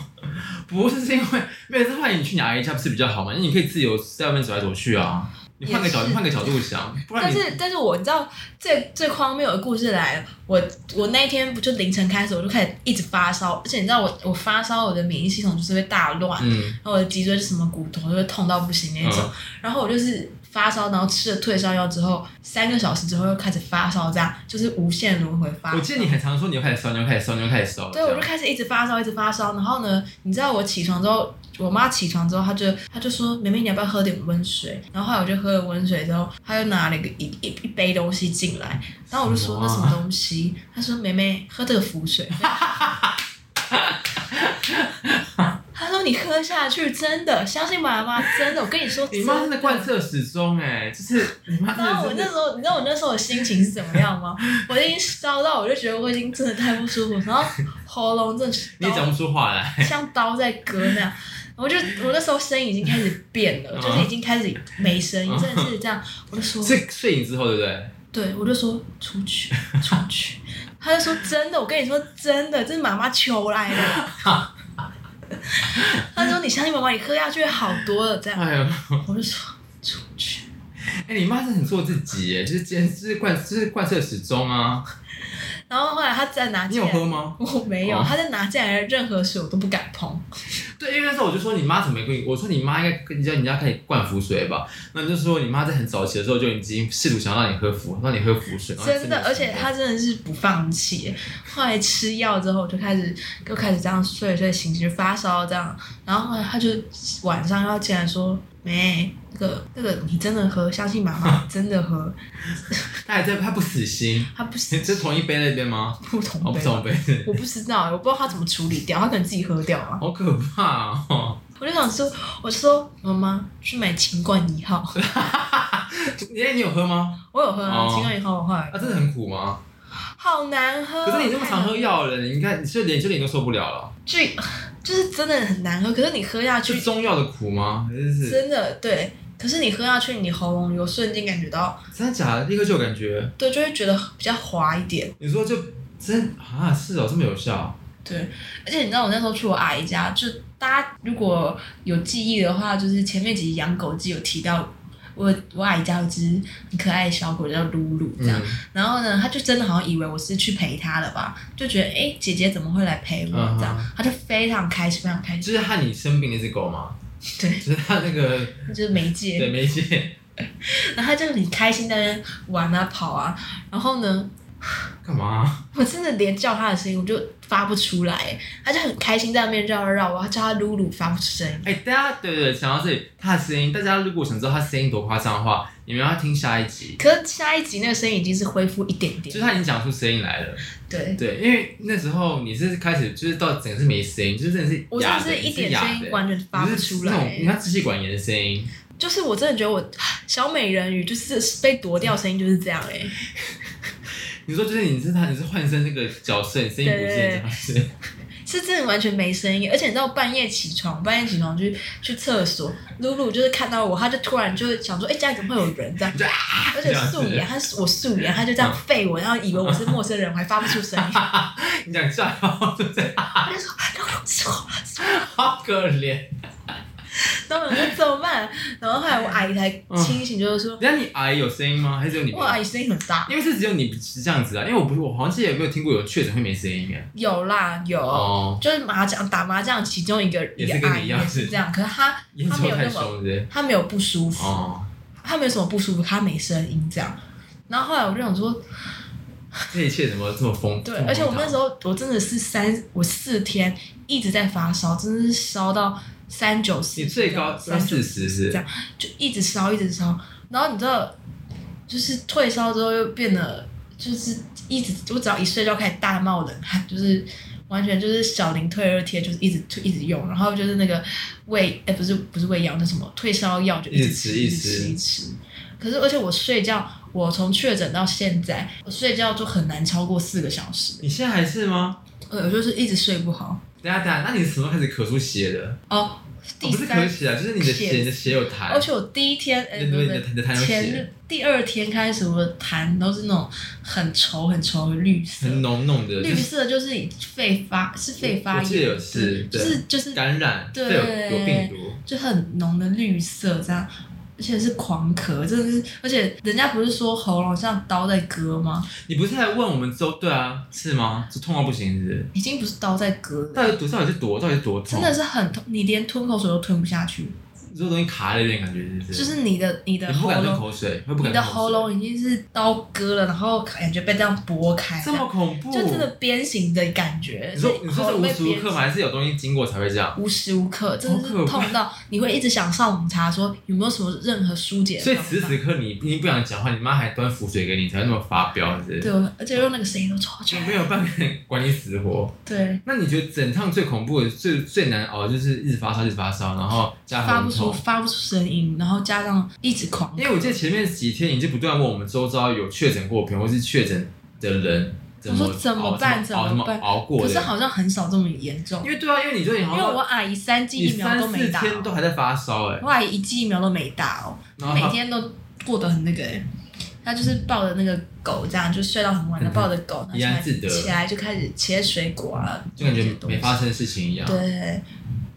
不是是因为每次换你去你阿姨家不是比较好嘛？因为你可以自由在外面走来走去啊。你换个角
也是
换个角度想，不然
但
你
是但是我你知道最最荒谬的故事来了，我我那一天不就凌晨开始我就开始一直发烧，而且你知道我我发烧我的免疫系统就是会大乱，
嗯
然后我的脊椎是什么骨头就会痛到不行那种，
嗯
然后我就是发烧，然后吃了退烧药之后，三个小时之后又开始发烧，这样就是无限轮回发烧。
我记得你很常说你又开始烧，你又开始烧，你又开始烧。
对，
这
我
样
就开始一直发烧，一直发烧。然后呢，你知道我起床之后，我妈起床之后，她就她就说：“妹妹，你要不要喝点温水？”然后后来我就喝了温水之后，她又拿了一个一一一杯东西进来，然后我就说：“
什么啊
那什么东西？”她说：“妹妹，喝这个浮水。”她说：“你喝下去，真的，相信妈妈，真的，我跟你说，
你妈真
真
的贯。”彻始终哎，就是你妈真
然后
的
我
真
那
的
时候，你知道我那时候的心情是怎么样吗？我已经烧到，我就觉得我已经真的太不舒服，然后喉咙真的是
你也
刀
讲不出话来。
像刀在割那样。我就我那时候声音已经开始变了，
嗯
就是已经开始没声音，真的是这样。我就说，
是睡醒之后对不对？
对我就说出去，出去。他就说真的，我跟你说真的，这是妈妈求 来的。他说你相信妈妈，你喝下去好多了。这样，
哎呦，
我就说出去。
哎，你妈是很做自己哎，就是坚就是贯就是贯彻始终啊。
然后后来他再拿
你
进
有
来，
喝吗？
我没有。
哦
他再拿进来的任何水我都不敢碰。
对，因为那时候我就说你妈怎么没跟你，我说你妈应该跟你家人家可以灌浮水吧？那你就说你妈在很早期的时候就已经试图想让你喝浮，让你喝浮水，然后你
真的，而且他真的是不放弃。后来吃药之后，我就开始又开始这样睡睡醒醒，就发烧这样。然后后来他就晚上要进来说：“妹，那个那个，你真的喝？相信妈 妈，真的喝。
他还在他不死心”，
他不是
这是同一杯那边吗？
不同
哦，不
杯
同
吗，
杯，
我不知道，我不知道他怎么处理掉，他可能自己喝掉啊。
好可怕哦！
我就想说，我说妈妈去买秦冠一号，
你哎，你有喝吗？
我有喝啊，
哦
秦冠一号我后来
啊，真的很苦吗？
好难喝。
可是你这么常喝药的人，你应该你这脸这脸都受不了了。
就， 就是真的很难喝。可是你喝下去
是中药的苦吗？还是是
真的对。可是你喝下去，你喉咙有瞬间感觉到，
真的假的？立刻就有感觉。
对，就会觉得比较滑一点，
你说就真啊，是哦，这么有效。
对。而且你知道我那时候去我阿姨家，就大家如果有记忆的话，就是前面几集养狗记有提到我我阿姨家有只很可爱的小狗叫露露这样，
嗯
然后呢，他就真的好像以为我是去陪他的吧，就觉得哎、诶姐姐怎么会来陪我
嗯哼
这样，他就非常开心，非常开心，
就是和你生病那只狗吗？
对，
就是它那个
就是媒介。
对媒介。
然后他就很开心在那边玩啊跑啊，然后呢，
干嘛？啊
我真的连叫他的声音，我就发不出来，他就很开心在那边绕绕绕，我叫他露露发不出声音。
哎、大家对对对，想到这里，他的声音，大家如果想知道他声音多夸张的话，你们要听下一集，
可是下一集那个声音已经是恢复一点
就
点
是，他已经讲出声音来了。
对，
对，因为那时候你是开始就是到整个是没声音，就是真的是
我真
哑
的
的，
是
你
一
是
点
哑
声音
的
完全发不出来、
你是那种你看支气管炎的声音，
就是我真的觉得我啊小美人鱼就是被夺掉声音就是这样哎、
你说就是你是他，你是换身那个角色，你声音不是这样子。
是真的完全没声音，而且你知道半夜起床，半夜起床去去厕所，露露就是看到我，她就突然就是想说，哎、家里怎么会有人这样
就啊？
而且
这样子嗯
素颜，她我素颜，她就这样废我，然后以为我是陌生人，我还发不出声音，
你讲笑话对不对？
她就说露露是我，是我
好可怜。
然后我说怎么办？然后后来我阿姨才清醒，就是说，
那你阿姨有声音吗？还是只有你？
我阿姨声音很大，
因为是只有你是这样子啊，因为我不是我好像记得有没有听过有确诊会没声音哎。
有啦有。
哦，
就是麻将打麻将，其中一个
也
一
是
个
跟你
阿姨
一样
也是
是
这样，可是她
烟
她
抽
没有
太
那么
凶是不是？
她没有不舒服，
哦，
他没有什么不舒服，他没声音这样。然后后来我就想说，
这一切怎么这么疯？
对
这，么
而且我
荒
那时
唐
候我真的是三，我四天一直在发烧，真的是烧到三九四，
你最高
三九
四十是
这样就一直烧一直烧。然后你知道，就是退烧之后又变得就是一直，我只要一睡觉开始大冒冷汗，就是完全就是小林退热贴，就是一直一直用，然后就是那个胃，哎、不是不是胃药，那什么退烧药就一直吃
一
一
直
直
吃
吃一直吃。可是而且我睡觉，我从确诊到现在，我睡觉就很难超过四个小时，
你现在还是吗？
呃，我就是一直睡不好。
等一下等一下，那你什么时候开始咳出血的？
哦，
哦
第
不是
三
咳啊血啊，就是你的血，
血哦
你的血有痰
而。且我第一天，哎、
对
不
对
是
对你的痰
不
有
是，
血
前日第二天开始，我的痰都是那种很稠很稠的绿色，
很浓浓的，
绿
就是
色就是肺发是肺发
我记得有
炎，
是
对就是就是
感染，
对
有有病毒，
就很浓的绿色这样。而且是狂咳，真的是，而且人家不是说喉咙像刀在割吗？
你不是还问我们周对啊是吗？就痛到不行是不是？
已经不是刀在割了，
到底多到底是多到底是多痛？
真的是很痛，你连吞口水都吞不下去，
这东西卡在那边感觉是不是？
就是你的你的
你不
喉
敢吞
咙，
口水，会不敢
你
吞
的
口水
喉咙已经是刀割了，然后感觉被这样拨开，
这么恐怖，
就真的鞭刑的感觉。
哦你说你说
喉
是
咙
无
被
时无刻吗？
鞭
还是有东西经过才会这样？
刑？无时无刻，真的是
好可怕
痛到你会一直想上网查，说有没有什么任何疏解的
所以
方法
此时此刻你你不想讲话，你妈还端符水给你，才会那么发飙，是不是？
对，而且用那个声音都超
就
出来
没有办法管你死活。
对，
那你觉得整趟最恐怖的、最最难熬，就是一直发烧，一直发烧，然后加
发
喉
不
咙
出
痛。
发不出声音，然后加上一直狂
因为我记得前面几天你就不断问我们周遭有确诊过的朋友或是确诊的人怎么
我说怎么
熬
办
怎么熬怎
怎
么
么办
熬过
可是
的。
好像很少这么严重，
因为对啊，因为你说你
因
好
为我
像
阿姨三剂
你
疫苗
三
都
四
没打
天都
哦，
还在发烧哎、
我阿姨一剂疫苗都没打哦，
然
每
后
天都过得很那个、欸。她就是抱着那个狗，这样就睡到很晚，她抱着狗，
怡
然
然
后起
自得
来起来就开始切水果啊，
就感
那些
觉
东
没
西
发生事情一样。
对，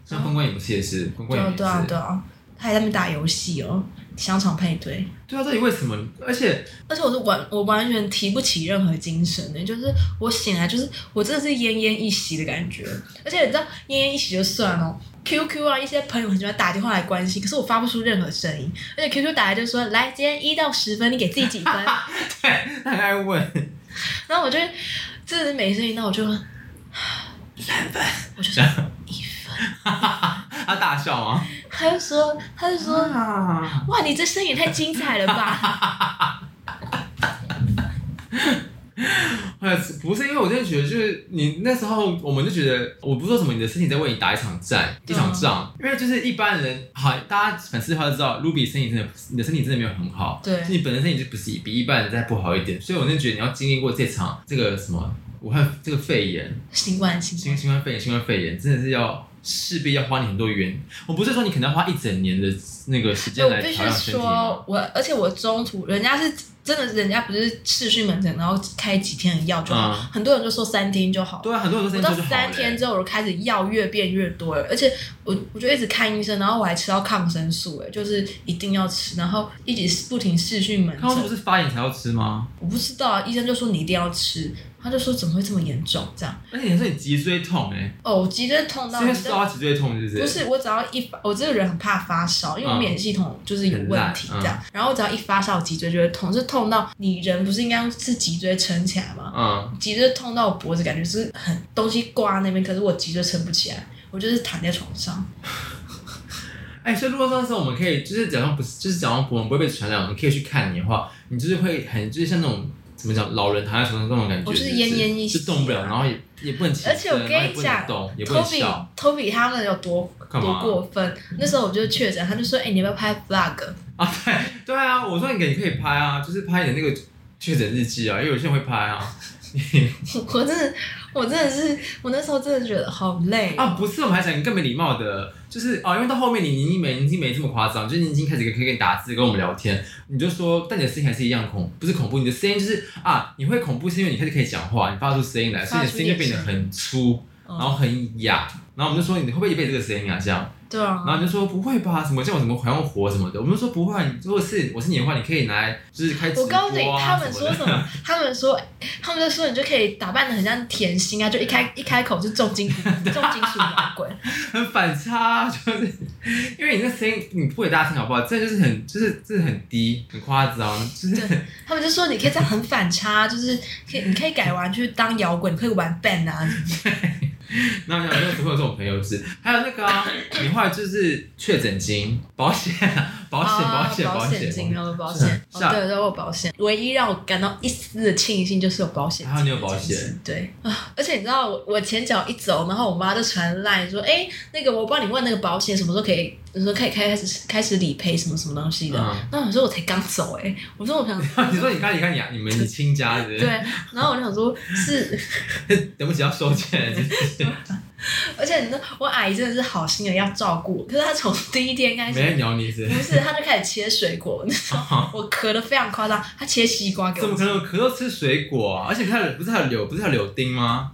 像关关也不是也是，关关
对
也
啊
是。
对啊对啊，他还在那边打游戏哦，香肠配对。
对啊，到底为什么？而且
而且我是完，我完全提不起任何精神的、就是我醒来就是我真的是奄奄一息的感觉。而且你知道奄奄一息就算了、QQ 啊一些朋友很喜欢打电话来关心，可是我发不出任何声音。而且 QQ 打来就说来今天一到十分，你给自己几分？
他很爱问，
然后我就真的是没声音，那 我就
三分，
我就
这
说
样
一分，
他大笑啊吗？
他就说他就说、
啊，
哇你这声音也太精彩了吧。
呃，不是，因为我真的觉得，就是你那时候，我们就觉得，我不是说什么，你的身体在为你打一场战，一
对啊
场仗，因为就是一般人，好，大家粉丝的话知道，Ruby 身体真的，你的身体真的没有很好，
对
就你本身身体就不是比一般人再不好一点，所以我真的觉得你要经历过这场这个什么武汉这个肺炎，
新冠新冠
新新冠肺炎，新冠肺炎真的是要势必要花你很多元，我不是说你可能要花一整年的那个时
对，
间
我
来
必
调
须
养身体吗，
说，我而且我中途人家是真的，人家不是视讯门诊，然后开几天的药就好，
嗯
很多人就说三天就好。
对啊，很多人都
我
三天就
到
好了、欸
三天之后，我就开始药越变越多了，而且我我就一直看医生，然后我还吃到抗生素，哎，就是一定要吃，然后一直不停视讯门
康师傅
诊。
是发炎才要吃吗？
我不知道，医生就说你一定要吃，他就说怎么会这么严重？这样
而且你说你脊椎痛哎、
哦，我脊椎痛到
是因为
你知道
烧到脊椎痛是不是？
不是，我只要一发，我这个人很怕发烧，因为我
嗯
免疫系统就是有问题
很烂
这样。然后我只要一发烧，我脊椎就会痛，是痛到你人不是应该是脊椎撑起来吗？
嗯，
脊椎痛到我脖子，感觉是很东西挂那边，可是我脊椎撑不起来，我就是躺在床上。
哎、所以如果那时候我们可以就是假装不是，就是假装我们不会被传染，我们可以去看你的话，你就是会很就是像那种怎么讲，老人躺在床上那种感觉，
我就是
不
奄奄一息啊
就动不了，然后也也不能起身，
而且我跟你
然后也不能
讲
动也不能
Toby
笑，
Toby 他们有多
干
多
嘛啊
过分？那时候我就确诊，他就说：“哎、你要不要拍 vlog？”
啊，对对啊，我说你可以可以拍啊，就是拍你的那个确诊日记啊，因为有些人会拍啊。
我真的，我真的是，我那时候真的觉得好累。
啊，不是，我们还想更没礼貌的，就是哦，因为到后面你你已经没你已经没这么夸张，就是你已经开始可以跟你打字跟我们聊天，你就说，但你的声音还是一样恐，不是恐怖，你的声音就是啊，你会恐怖是因为你开始可以讲话，你发出声音来，所以你的声音就变得很粗，
嗯
然后很哑，然后我们就说你会不会一辈子这个声音啊这样，
对啊
然，后你就说不会吧，什么叫我怎么好像活什么的，我们就说不会啊，你如果是我是你的话，你可以拿来就是开直播
我
啊
告诉你，他们
什么
说
的
什么？他们说，他们就说你就可以打扮的很像甜心啊，就一开一开口是重 金属重金属摇滚。
很反差，就是 因为你那声音你不给大家听好不好？这就是很就是这是很低，很夸张，就是
对他们就说你可以这样很反差，就是可以你可以改玩去当摇滚，你可以玩 band 啊。
然后像那时候有这种朋友就是，还有那个啊、你后来就是确诊金保险 保险
啊
保险
保
险
金哦，保
是
险
啊，
哦
是啊
对对，我有保险。唯一让我感到一丝的庆幸就是有保险。
啊还好你有保险，
对啊。而且你知道，我我前脚一走，然后我妈就传来说：“哎，那个我帮你问那个保险什么时候可以，你说可以开始开始理赔什么什么东西的。
嗯
那我说我才刚走哎、我说 我想。
你说你刚你看你你们你亲家是不是
对，然后我就想说，是，
等不起要收钱，就是
而且你知道，我阿姨真的是好心的要照顾我，可是她从 第一天 开
没人
始，
鸟你是不
不
是。
是，她就开始切水果，那时候我咳的非常夸张，她切西瓜给
怎
我
么可，能？咳嗽吃水果啊？而且它有不是还有柳，不是还有柳丁吗？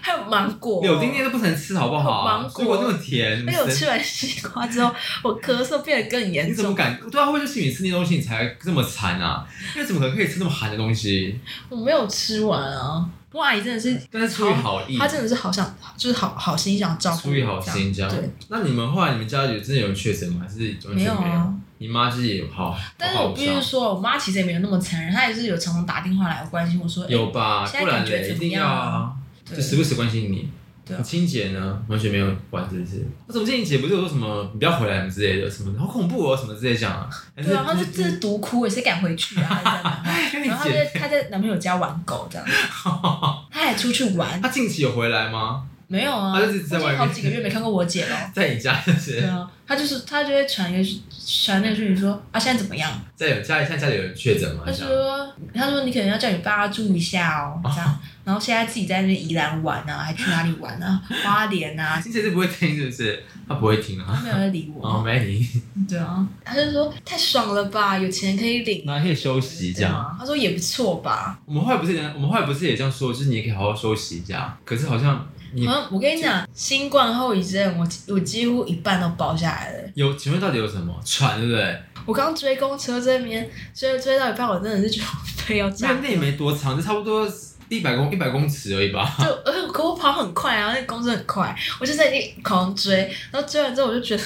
还有芒果，
柳丁那些都不能吃，好不好
哦芒
啊？水
果
果那么甜，
而且我吃完西瓜之后，我咳嗽变得更
你
严
怎么
重。
敢？对啊，会不会就是你吃那些东西你才这么惨啊？因为怎么可能可以吃那么寒的东西？
我没有吃完啊，我阿姨真的是，
但是出于好意，
她真的是好想，就是好好心想照顾
出
我这
于
样。
好心这样
对，。
那你们后来你们家有真的有确诊吗？还是完全
没
没
有啊。
你妈就是也有好，
但是
好
我
好
必须
笑
说，我妈其实也没有那么残忍，她也是有常常打电话来关心我说，哎
有吧？
现在
不然
感觉
嘞，
怎
一
么
定要啊，
对
就时不时关心你。
对啊
你亲姐呢，完全没有管这事。我怎么见你姐不是有说什么你不要回来什么之类的，什么好恐怖哦什么之类讲啊？还是
对啊，她
就
就是这是毒哭，也是敢回 去啊，这样讲话
跟你
然后她在
姐，
她在男朋友家玩狗 这样，她还出去玩，
她近期有回来吗？
没有啊，
她
我
就
已
是在
经
外面
好几个月没看过我姐了。
在你家就是
对啊，她就是她就会传一个传那个讯息说啊现在怎么样？
在有家里，现在家里有人确诊吗？
他说：“他说你可能要叫你爸注意一下哦，
啊
这样。然后现在自己在那边宜兰玩啊，还去哪里玩 啊？花莲啊，
金姐是不会听，是不是？她不会听啊。
没有人理我。
哦，没理，
对啊，他就说太爽了吧，有钱可以领。”
那可以休息这
对
样。
啊，他说也不错吧。
我们后来不是也，我们后来不是也这样说，就是你也可以好好休息一下。可是好像你
好像我跟你讲，新冠后遗症，我我几乎一半都包下来了。
有，请问到底有什么喘，对不对？
我刚追公车这边追追到一半，我真的是觉得我肺要
那
炸。
那也没多长，就差不多一百公一百公尺而已吧。
就呃，可我跑很快啊，那公车很快，我就在那里狂追，然后追完之后我就觉得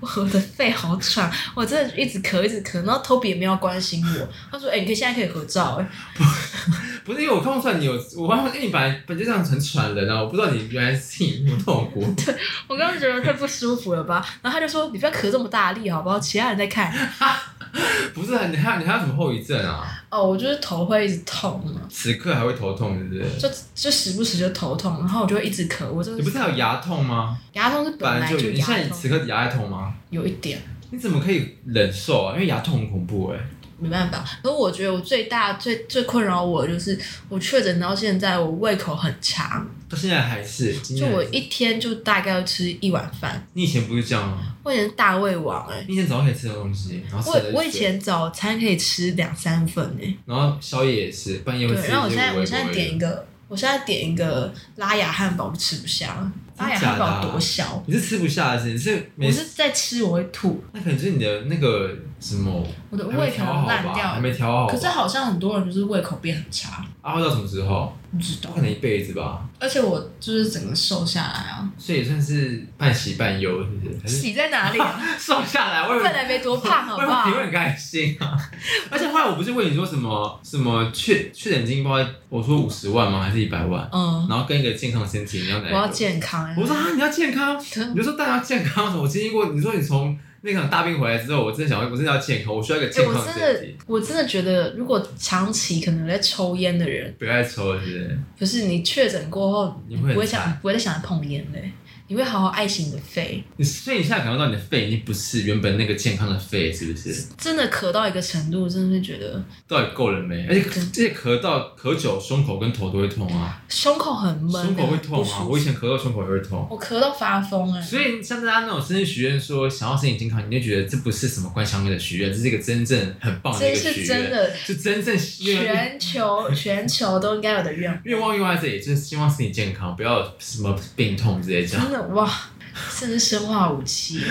我的肺好喘， 我真的一直咳一直咳，然后 Toby 也没有关心我，他说：“哎、你可以现在可以合照、哎，
不是因为我看不出来你有，我刚因为你本来本来就这样很喘的人啊，我不知道你原来是你那么痛苦。
我刚刚觉得太不舒服了吧？然后他就说：“你不要咳这么大力好不好？其他人在看。
不是啊，你还有你还有什么后遗症啊？”
哦，我就是头会一直痛嘛，
此刻还会头痛，是不是？
就就时不时就头痛，然后我就会一直咳，我真
你
的
不是还有牙痛吗？
牙痛是本
本来
来
就
就
有，你
牙
现在
痛
此，刻牙在痛吗？
有一点。
你怎么可以忍受啊？因为牙痛很恐怖哎、
没办法，可是我觉得我最大最最困扰我的就是我确诊到现在，我胃口很差，
到现在还是。今
就
天还
我
是
一天就大概要吃一碗饭，
你以前不是这样吗？
我以前是大胃王哎、欸。
你以前早上可以吃的东西，然后吃
我
的
我以，前早餐可以吃两三份哎、欸，
然后宵夜也是，半夜会吃。
对，然后我现在
就
我
是
现在
微波
点一个，我现在点一个拉雅汉堡我吃不下了，拉雅
真
汉
假的啊
堡多小，
你是吃不下的是，你是
我
每次
是在吃我会吐，
那可能就是你的那个什么，
我的
还没
胃可
调
能
好
烂
吧，还
掉
没
了。
调好吧。
可是好像很多人就是胃口变很差，
啊，会到什么时候？
不知道
不可。能一辈子吧，
而且我就是整个瘦下来啊，
所以也算是半喜半忧，是不是？还是
洗在哪里、啊？
瘦下来，我以为
本来没多胖，好 不
我以
好
为？你会很开心啊！ 而且后来我不是问你说什么什么确确诊金包，我说五十万吗？还是一百万？
嗯，
然后跟一个健康身体，你要哪一
我
个？
要健康、欸。
我说啊，你要健康，你就说大家健康什么？我经历过，你说你从那场大病回来之后，我真的想要，我真的要健康，我需要一个
哎、
健
我
康
真
身
的
体。，
我真的觉得，如果长期可能有在抽烟的人，
不要再抽了，是不是？
可是你确诊过后，
你
你
会很
不会想
惨，
不会再想着碰烟嘞、你会好好爱惜你的肺。
你所以你现在感受到你的肺已经不是原本那个健康的肺，是不是？
真的咳到一个程度，真的是觉得
到底够了没？而且
对
这些咳到咳久，胸口跟头都会痛啊，
胸口很闷、
胸口会痛
嗯不舒
啊。
服
我以前咳到胸口也会痛。
我咳到发疯哎、
所以像大家那种生日许愿说想要身体健康，你就觉得这不是什么官腔的许愿，这是一个真正很棒的一
这
个许
是
愿，
真的，
就真正愿
全球全球都应该有的愿望。
愿望用在这里，就是希望身体健康，不要有什么病痛之类这样。
真的哇，甚至生化武器耶，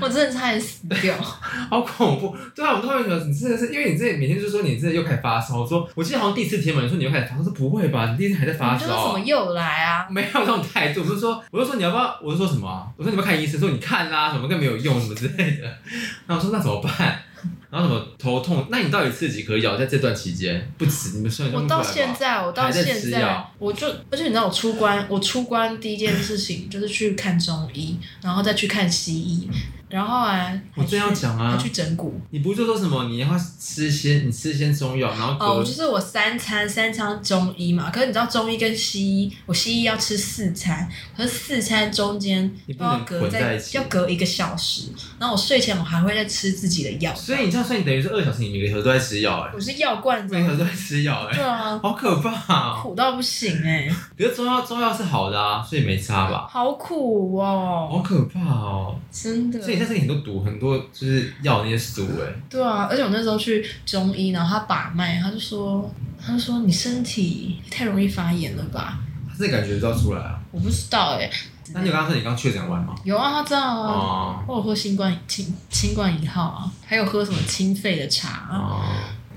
我真的差点死掉。
好恐怖！对啊，我突然觉得你真的是，因为你这每天就说你真的又开始发烧，我说我记得好像第四天嘛，你说你又开始发烧，我说不会吧，你第一天还在发
你就说
烧
怎么
啊。
又来啊？
没有这种态度，我就说，我就说你要不要，我就说什么啊、我说你要不要看医生，说你看啦、什么更没有用，什么之类的。 然后我说那怎么办？然后什么头痛？那你到底吃几颗药？在这段期间不止，你们算一算不出
我
来
到
吧
现在，我到
还在
现
吃
在
药，
我就，而且你知道，我出关，我出关第一件事情就是去看中医，然后再去看西医，然后啊，
我正要讲啊
还去整骨。
你不是就说什么你要吃先，你吃先中药，然后
哦，
隔
我就是我三餐三餐中医嘛，可是你知道中医跟西医，我西医要吃四餐，可是四餐中间
你不
都
能
要隔
混在一起
要隔一个小时，然后我睡前我还会再吃自己的药，
所以你这样算，你等于是二小时，你每个小时都在吃药、哎，
我是药罐子
每，个小时都在吃药、
对
哎，
啊，
好可怕、哦。
苦到不行哎、
可是中药中药是好的啊，所以没差吧？
好苦哦，
好可怕哦！
真的
所以。你在这里很多毒，很多就是药那些毒、哎，
对啊，而且我那时候去中医，然后他把脉，他就说，他就说你身体太容易发炎了吧？
他是感觉到出来啊。
我不知道哎、
那你刚刚说你刚确诊完吗？
有啊，他知道啊。
哦
我有喝新冠清新冠一号啊，还有喝什么清肺的茶啊、
哦，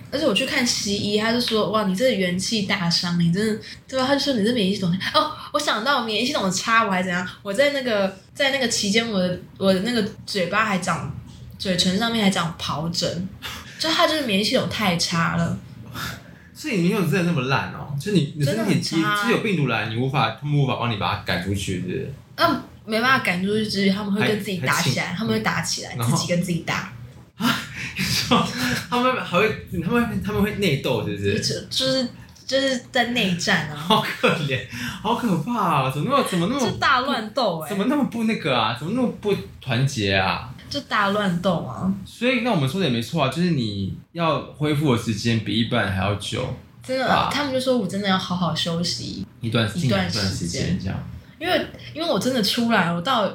而且我去看西医，他就说哇，你这元气大伤，你真的对吧、他就说你这免疫系统哦，我想到免疫系统的差，我还怎样？我在那个在那个期间，我的我的那个嘴巴还长，嘴唇上面还长疱疹，就他就是免疫系统太差了。
所以你没有真的那么烂哦，就是你你
真的
身
很
体机
差
是有病毒来，你无法他们无法帮你把它赶出去，是不是？
那、没办法赶出去之余，他们会
还
跟自己
还
打
请嗯
起来，他们会打起来，
然后
自己跟自己打，
他们还会他们会他们会内斗，是不？
就是是就是就是在内战啊，
好可怜，好可怕、啊！怎么那么怎么那
就
么
大乱斗哎、
怎么那么不那个啊？怎么那么不团结啊？
就大乱斗啊，
所以那我们说的也没错啊，就是你要恢复的时间比一般人还要久，
真的，
哇
他们就说我真的要好好休息，
一段
一
近
段
两段时
时
间
间
这样。
因为因为我真的出来，我到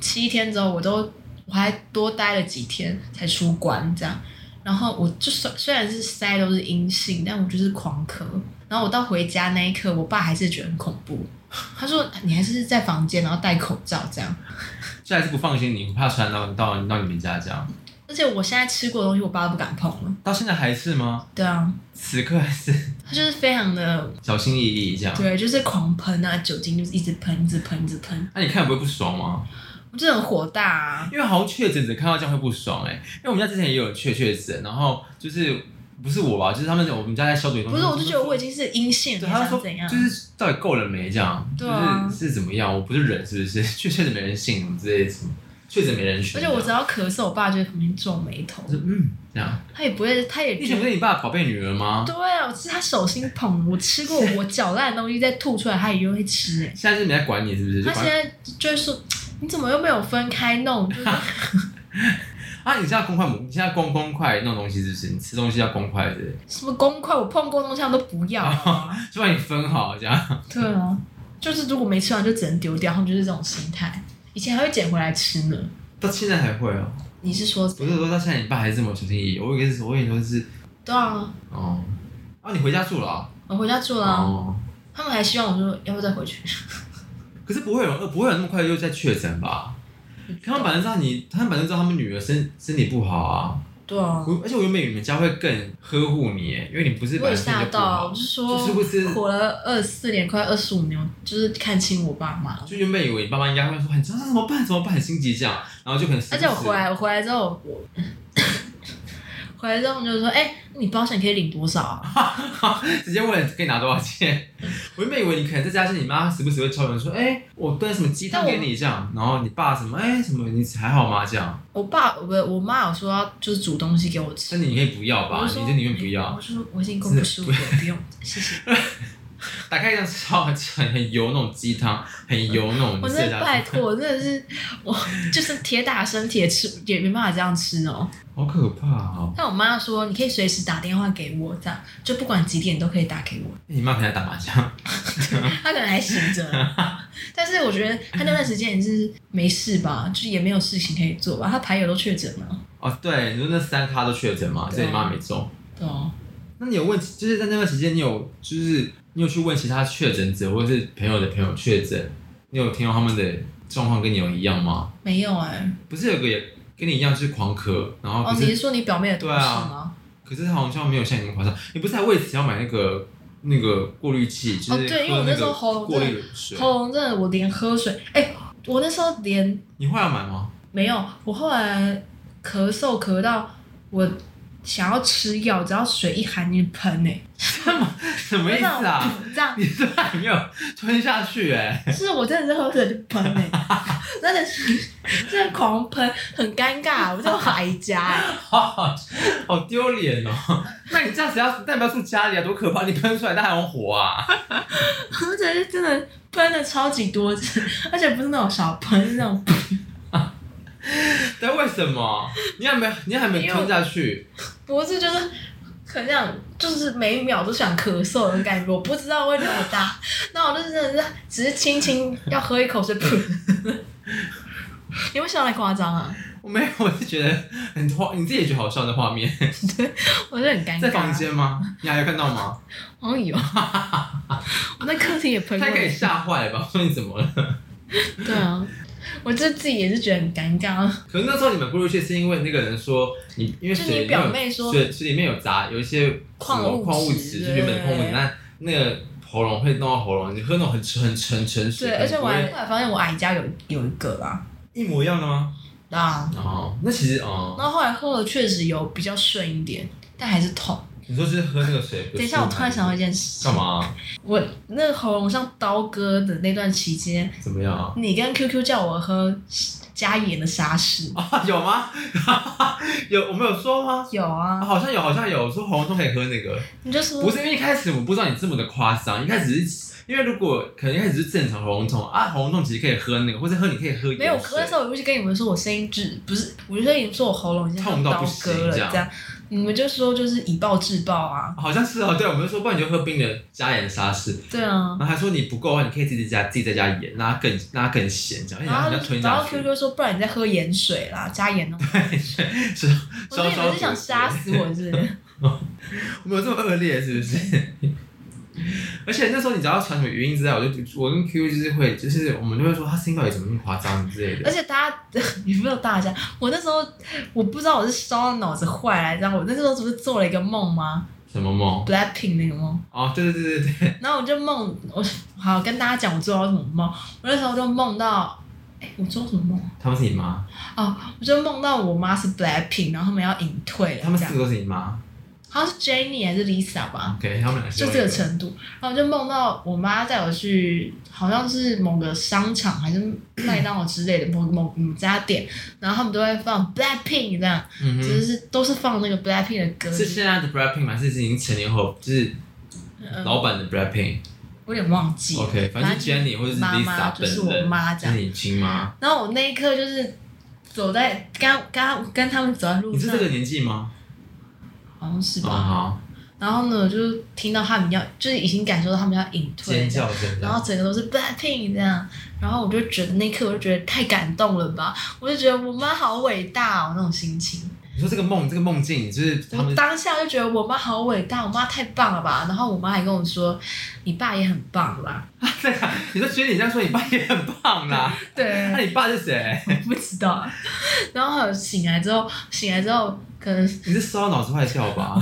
七天之后，我都我还多待了几天才出关这样，然后我就虽虽然是塞都是阴性，但我就是狂咳，然后我到回家那一刻，我爸还是觉得很恐怖。他说：“你还是在房间，然后戴口罩这样。
这还是不放心你，怕传到到到你们家这样。
而且我现在吃过的东西，我爸都不敢碰了。
到现在还是吗？
对啊，
此刻还是
他就是非常的
小心翼翼这样。
对，就是狂喷啊，酒精就是一直喷，一直喷，一直喷。
那、你看不会不爽吗？
我真的很火大啊！
因为好像确诊者看到这样会不爽哎、因为我们家之前也有人确确诊，然后就是不是我吧，就是他们我们家在消毒的时候，
不是，我就
他们
觉得
说
我已经是阴性，
对，
你
他就
想
说
怎样？
就是到底够了没这样，
对啊
就是是怎么样，我不是人是不 是？确确诊没人信什么之类的什么，确诊没人权
而
这
且
样，
我只要咳嗽，我爸就会在旁边皱眉头
我，说嗯这样，
他也不会，他也
你以前不是你爸宝贝女儿吗？
对啊，我是他手心捧，我吃过我嚼烂的东西再吐出来，他也就会吃、欸。
现在是没在管你是不是？就
他现
管
在就是说，你怎么又没有分开弄？ 就是
啊，你现在公筷母，你现在公公筷弄东西是不是？你吃东西要公筷是不是？
什么公筷，我碰过的东西他们都不要、啊。
就把你分好这样，
对啊，就是如果没吃完就只能丢掉，他们就是这种心态。以前还会捡回来吃呢。
到现在还会哦、
你是说
不是说到现在你爸还是这么小心翼翼，我以为是，我以为说是
对啊？
哦，啊，你回家住了啊、
我回家住了啊、
哦，
他们还希望我说要不要再回去。
可是不会有人，呃不会有人那么快就在确诊吧？他们反正知道你，他们反正知道他们女儿身身体不好啊，
对啊，
我而且我原本以为你们家会更呵护你耶，因为你不是
我
本来
也
身体
吓
就不
到，
好
我，是说，
就是不是？
活了二十四年，快二十五年，就是看清我爸妈。
就原本以为你爸妈应该会说很这怎么办怎么办很心急这样，然后就可能时不
而
时
且我回来，我回来之后， 我回来之后他们就说：“哎、你保险可以领多少啊
直接问可以拿多少钱。 我原本以为你可能在家是你妈时不时会敲门说，哎、我炖什么鸡汤给你这样，然后你爸什么哎、什么你还好吗这样，？”
我爸，我我妈有说要就是煮东西给我吃
那，你可以不要吧，
我
你
说哎
就宁愿不要
我。说我已经够不舒服了，不用，谢谢。
打开一张超很很油那种鸡汤，很油那种
我
吃
真的
下
拜
去，
托，我真的是我就是铁打身铁吃，也没办法这样吃哦。
好可怕哦！
但我妈说你可以随时打电话给我，这样就不管几点都可以打给我。
你妈可能在打麻将，
他可能还醒着 啊，但是我觉得他那段时间也是没事吧，就是也没有事情可以做吧。他牌友都确诊了，
哦对，你说那三咖都确诊嘛，所以你妈没中。
对哦，
那你有问，就是在那段时间，你有就是你有去问其他确诊者或者是朋友的朋友确诊，你有听到他们的状况跟你有一样吗？
没有哎、
不是有个也跟你一样就是狂咳，然后
哦，
可
你
是、
是说你表妹的同事吗？
可是好像没有像你那么夸张。你不是还为此要买那个那个过滤器，就是、
哦对因为我那时候喉咙
过
真的
滤水，
喉哦咙真的，我连喝水，哎、我那时候连
你后来有买吗？
没有，我后来咳嗽咳到我想要吃药，只要水一含你喷哎、
什么意思啊？？
这样
你是不是还没有吞下去哎、
是我真的是喝水就喷哎、真的是真的狂喷，很尴尬，我就海夹哎、
好好好丢脸哦！那你这样子要，那你不要住家里啊，多可怕！你喷出来，那还能活啊？
而且是真的喷了超级多次，而且不是那种小喷，是那种
但为什么？你还没你还没吞下去？
脖子就是很想，就是每一秒都想咳嗽的感觉，我不知道为什么 搭。那我就真的是只是轻轻要喝一口水，噗有没有想来夸张啊？
我没有，我是觉得很画，你自己也觉得好笑的画面，
我就很尴尬。
在房间吗？你还有看到吗？
好像有，啊我在客厅也喷 过
他。给你吓坏了吧？说你怎么了？
对啊，我就自己也是觉得很尴尬。
可是那时候你们不入去是因为那个人说你，因为
就
水
你
里面
表
有
妹说
水水里面有杂有一些
矿
什么
物
矿物
质
质，就原本的矿物质，
对
那那个喉咙会弄到喉咙，你喝那种很沉很沉沉水，
对，而且我还
你不
后
会
来发现我矮家有有一个啦。
一模一样的吗？
啊，
哦，那其实哦，
然后后来喝了确实有比较顺一点，但还是痛。
你说就是喝那个水。
等一下，我突然想到一件事情
干，嘛？
我那个喉咙上刀割的那段期间，
怎么样？
你跟 QQ 叫我喝加盐的沙士，
啊，有吗？ 有，我们有说吗？
有
啊
啊，
好像有，好像有，我说喉咙痛可以喝那个，
你就说
不是因为一开始我不知道你这么的夸张，一开始是因为如果可能一开始是正常喉咙痛啊，喉咙痛其实可以喝那个，或者喝你可以喝盐
没有，我
水
那时候我就跟你们说我声音治不是，我就跟你们说我喉咙已经
痛到
刀
不行
割了
这样
这样，你们就说就是以暴制暴啊，
好像是哦，对，我们就说不然你就喝冰的加盐沙士，
对啊
然。后还说你不够的话，你可以自己加自己再加盐，让它更让它更咸，这样，
然
让
后
它
他就
哎吞
然
下
后
去，
QQ 说，不然你再喝盐水啦，加盐 哦。
是
我
稍
说你
稍
们是想
补血
杀死我是不是？
我没有这么恶劣，是不 是？而且那时候你只要传什么语音之类，我就我跟 QQ 就是会，就是我们就会说他声音到底怎么那么夸张之类的
而。且 大家也没有大家，我那时候我不知道我是烧到脑子坏来着，我那时候不是做了一个梦吗
什么梦？
？Blackpink 那个梦，
哦，对对对对对，
然后我就梦我好跟大家讲我做到什么梦，我那时候就梦到，哎、我做到什么梦？
他们是你妈，
哦，我就梦到我妈是 Blackpink，然后他们要隐退了，
他们
这
四
样
个都是你妈。
好像是 Jennie 还是 Lisa 吧，
OK，他们两个
就这个程度。然后我就梦到我妈带我去，好像是某个商场还是麦当劳之类的某某某家店，然后他们都会放 Blackpink 这样，
嗯
只
哼，
是都是放那个 Blackpink 的歌。
是现在的 Blackpink 吗？还是已经成年后，就是
嗯
老板的 Blackpink。
我有点忘记了。
OK，反正是 Jennie 或者是
妈妈
Lisa
就
本
是我
人，
妈这
是
样。
你亲妈。
然后我那一刻就是走在刚刚跟他们走在路
你是
上
这，个年纪吗？
好像是
啊，
吧。
好，
然后呢，就听到他们要，就是已经感受到他们要隐退
尖叫声。
然后整个都是 Blackpink 这样，然后我就觉得那一刻我就觉得太感动了吧，我就觉得我妈好伟大哦那种心情，
你说这个梦，这个梦境，就是他
我
们
当下就觉得我妈好伟大，我妈太棒了吧。然后我妈还跟我说，你爸也很棒啦。
对啊， 你说学姐这样说，你爸也很棒啦。
对
那，你爸是谁？
不知道啊。然后还有醒来之后，醒来之后，可能
你是烧到脑子坏掉 吧？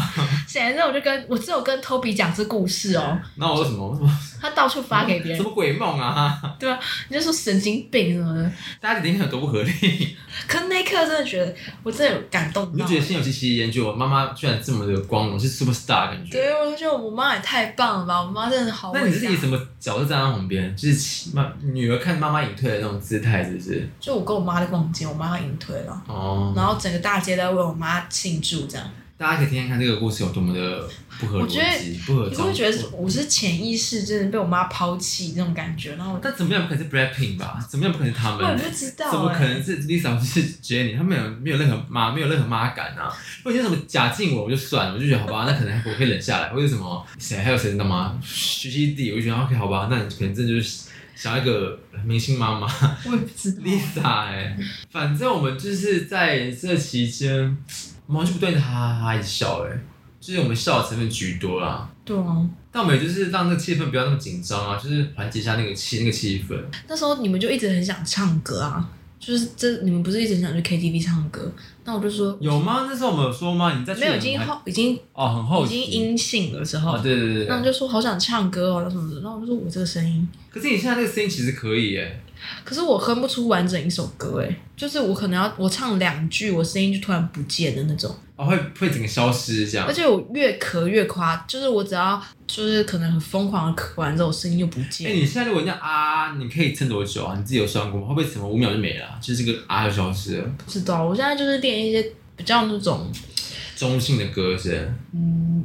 醒来之后我就跟我只有跟 Toby 讲这故事哦，
那我说什么？我说
他到处发给别
什嗯
人，
么鬼梦啊？
你就说神经病什么的。
大家的影响多不合理，
可那一刻真的觉得，我真的有感动
你就
到
觉。得心有戚戚焉。就我妈妈居然这么的光荣，是 super star 感觉。
对，我就觉得我妈也太棒了吧，哦我妈真的好伟
那
大。
你是以什么角色站在旁边？就是起妈女儿看妈妈隐退的那种姿态，是不是？
就我跟我妈在逛街，我妈要隐退了，
哦，
然后整个大街都在为我妈庆祝这样。
大家可以听听看这个故事有多么的不合
我
逻
觉得
辑、不合
你会
中
不会。觉得我是潜意识真的被我妈抛弃那种感觉？然后我
但怎么样不可能是 Blackpink 吧？怎么样不可能是他们？
我也不知道、欸，
怎么可能是 Lisa 或是 Jennie？他们有没有任何妈，没有任何妈感啊？如果你说什么贾静雯，我就算了，我就觉得好吧，那可能我可以忍下来，或者什么谁还有谁的吗？徐熙娣，我就觉得 OK 好吧，那你可能真的就是想要一个明星妈妈
我也不知道。
Lisa 哎、反正我们就是在这期间，我们好像就不断的哈哈哈一直笑哎、就是我们笑的成分居多啦。
对啊，
但我们也就是让那个气氛不要那么紧张啊，就是缓解一下那个气那个气氛。
那时候你们就一直很想唱歌啊，就是这你们不是一直想去 KTV 唱歌？那我就说
有吗？那时候我们有说吗？你在去
没有，已
年
经
还
后已经
哦，很后
已
期
经阴性了之后
哦，，对对对
那我
对。
就说好想唱歌哦，那什么的。然后我就说我这个声音，
可是你现在这个声音其实可以哎耶，
可是我哼不出完整一首歌哎，就是我可能要我唱两句，我声音就突然不见的那种。
哦，会会整个消失这样
而。且我越咳越夸，就是我只要就是可能很疯狂的咳完之后，我声音就不
哎、
见了。
你现在如果这样啊，你可以撑多久啊？你自己有算过吗？会不会什么五秒就没了啊、就是这个啊就消失了。
不知道，我现在就是练一些比较那种，
中性的歌是，
嗯，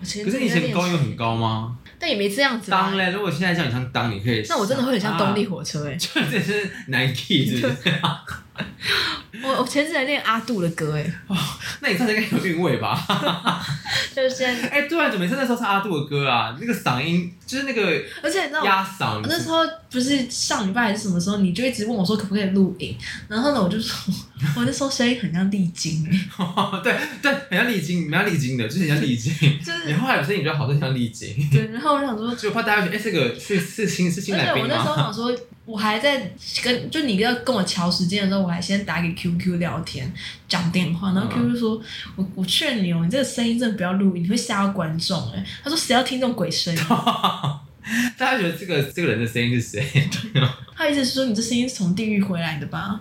我前
可是你以前高音有很高吗？
但也没这样子啊吧
当。嘞，如果现在叫你唱当，你可以。
那我真的会很像动力
啊，
火车哎、
就这是男 key 是啊不是？
我我前阵子练阿杜的歌哎、
那你唱的应该有韵味吧？
就是现在，
哎、对啊，怎么每次那时候唱阿杜的歌啊？那个嗓音就是那个
而且你知道
压嗓，
那时候不是上礼拜还是什么时候，你就一直问我说可不可以录影，然后呢我就说我那时候声音很像丽晶哎、
对对，很像丽晶，蛮像丽晶的，就是很像丽晶。
就
你
是
后来有声音比较好，就像丽晶。
对，然后我想说
就怕大家觉得，哎、这个是是新是新
而
来
且
宾
我那时候
吗？
想说，我还在跟就你要跟我调时间的时候，我还先打给 QQ 聊天讲电话，然后
嗯
QQ 说：“我我劝你哦，你这个声音真的不要录，你会吓到观众。”哎，他说：“谁要听这种 鬼声音？”
大家觉得这个这个人的声音是谁？
他意思是说你这声音是从地狱回来的吧？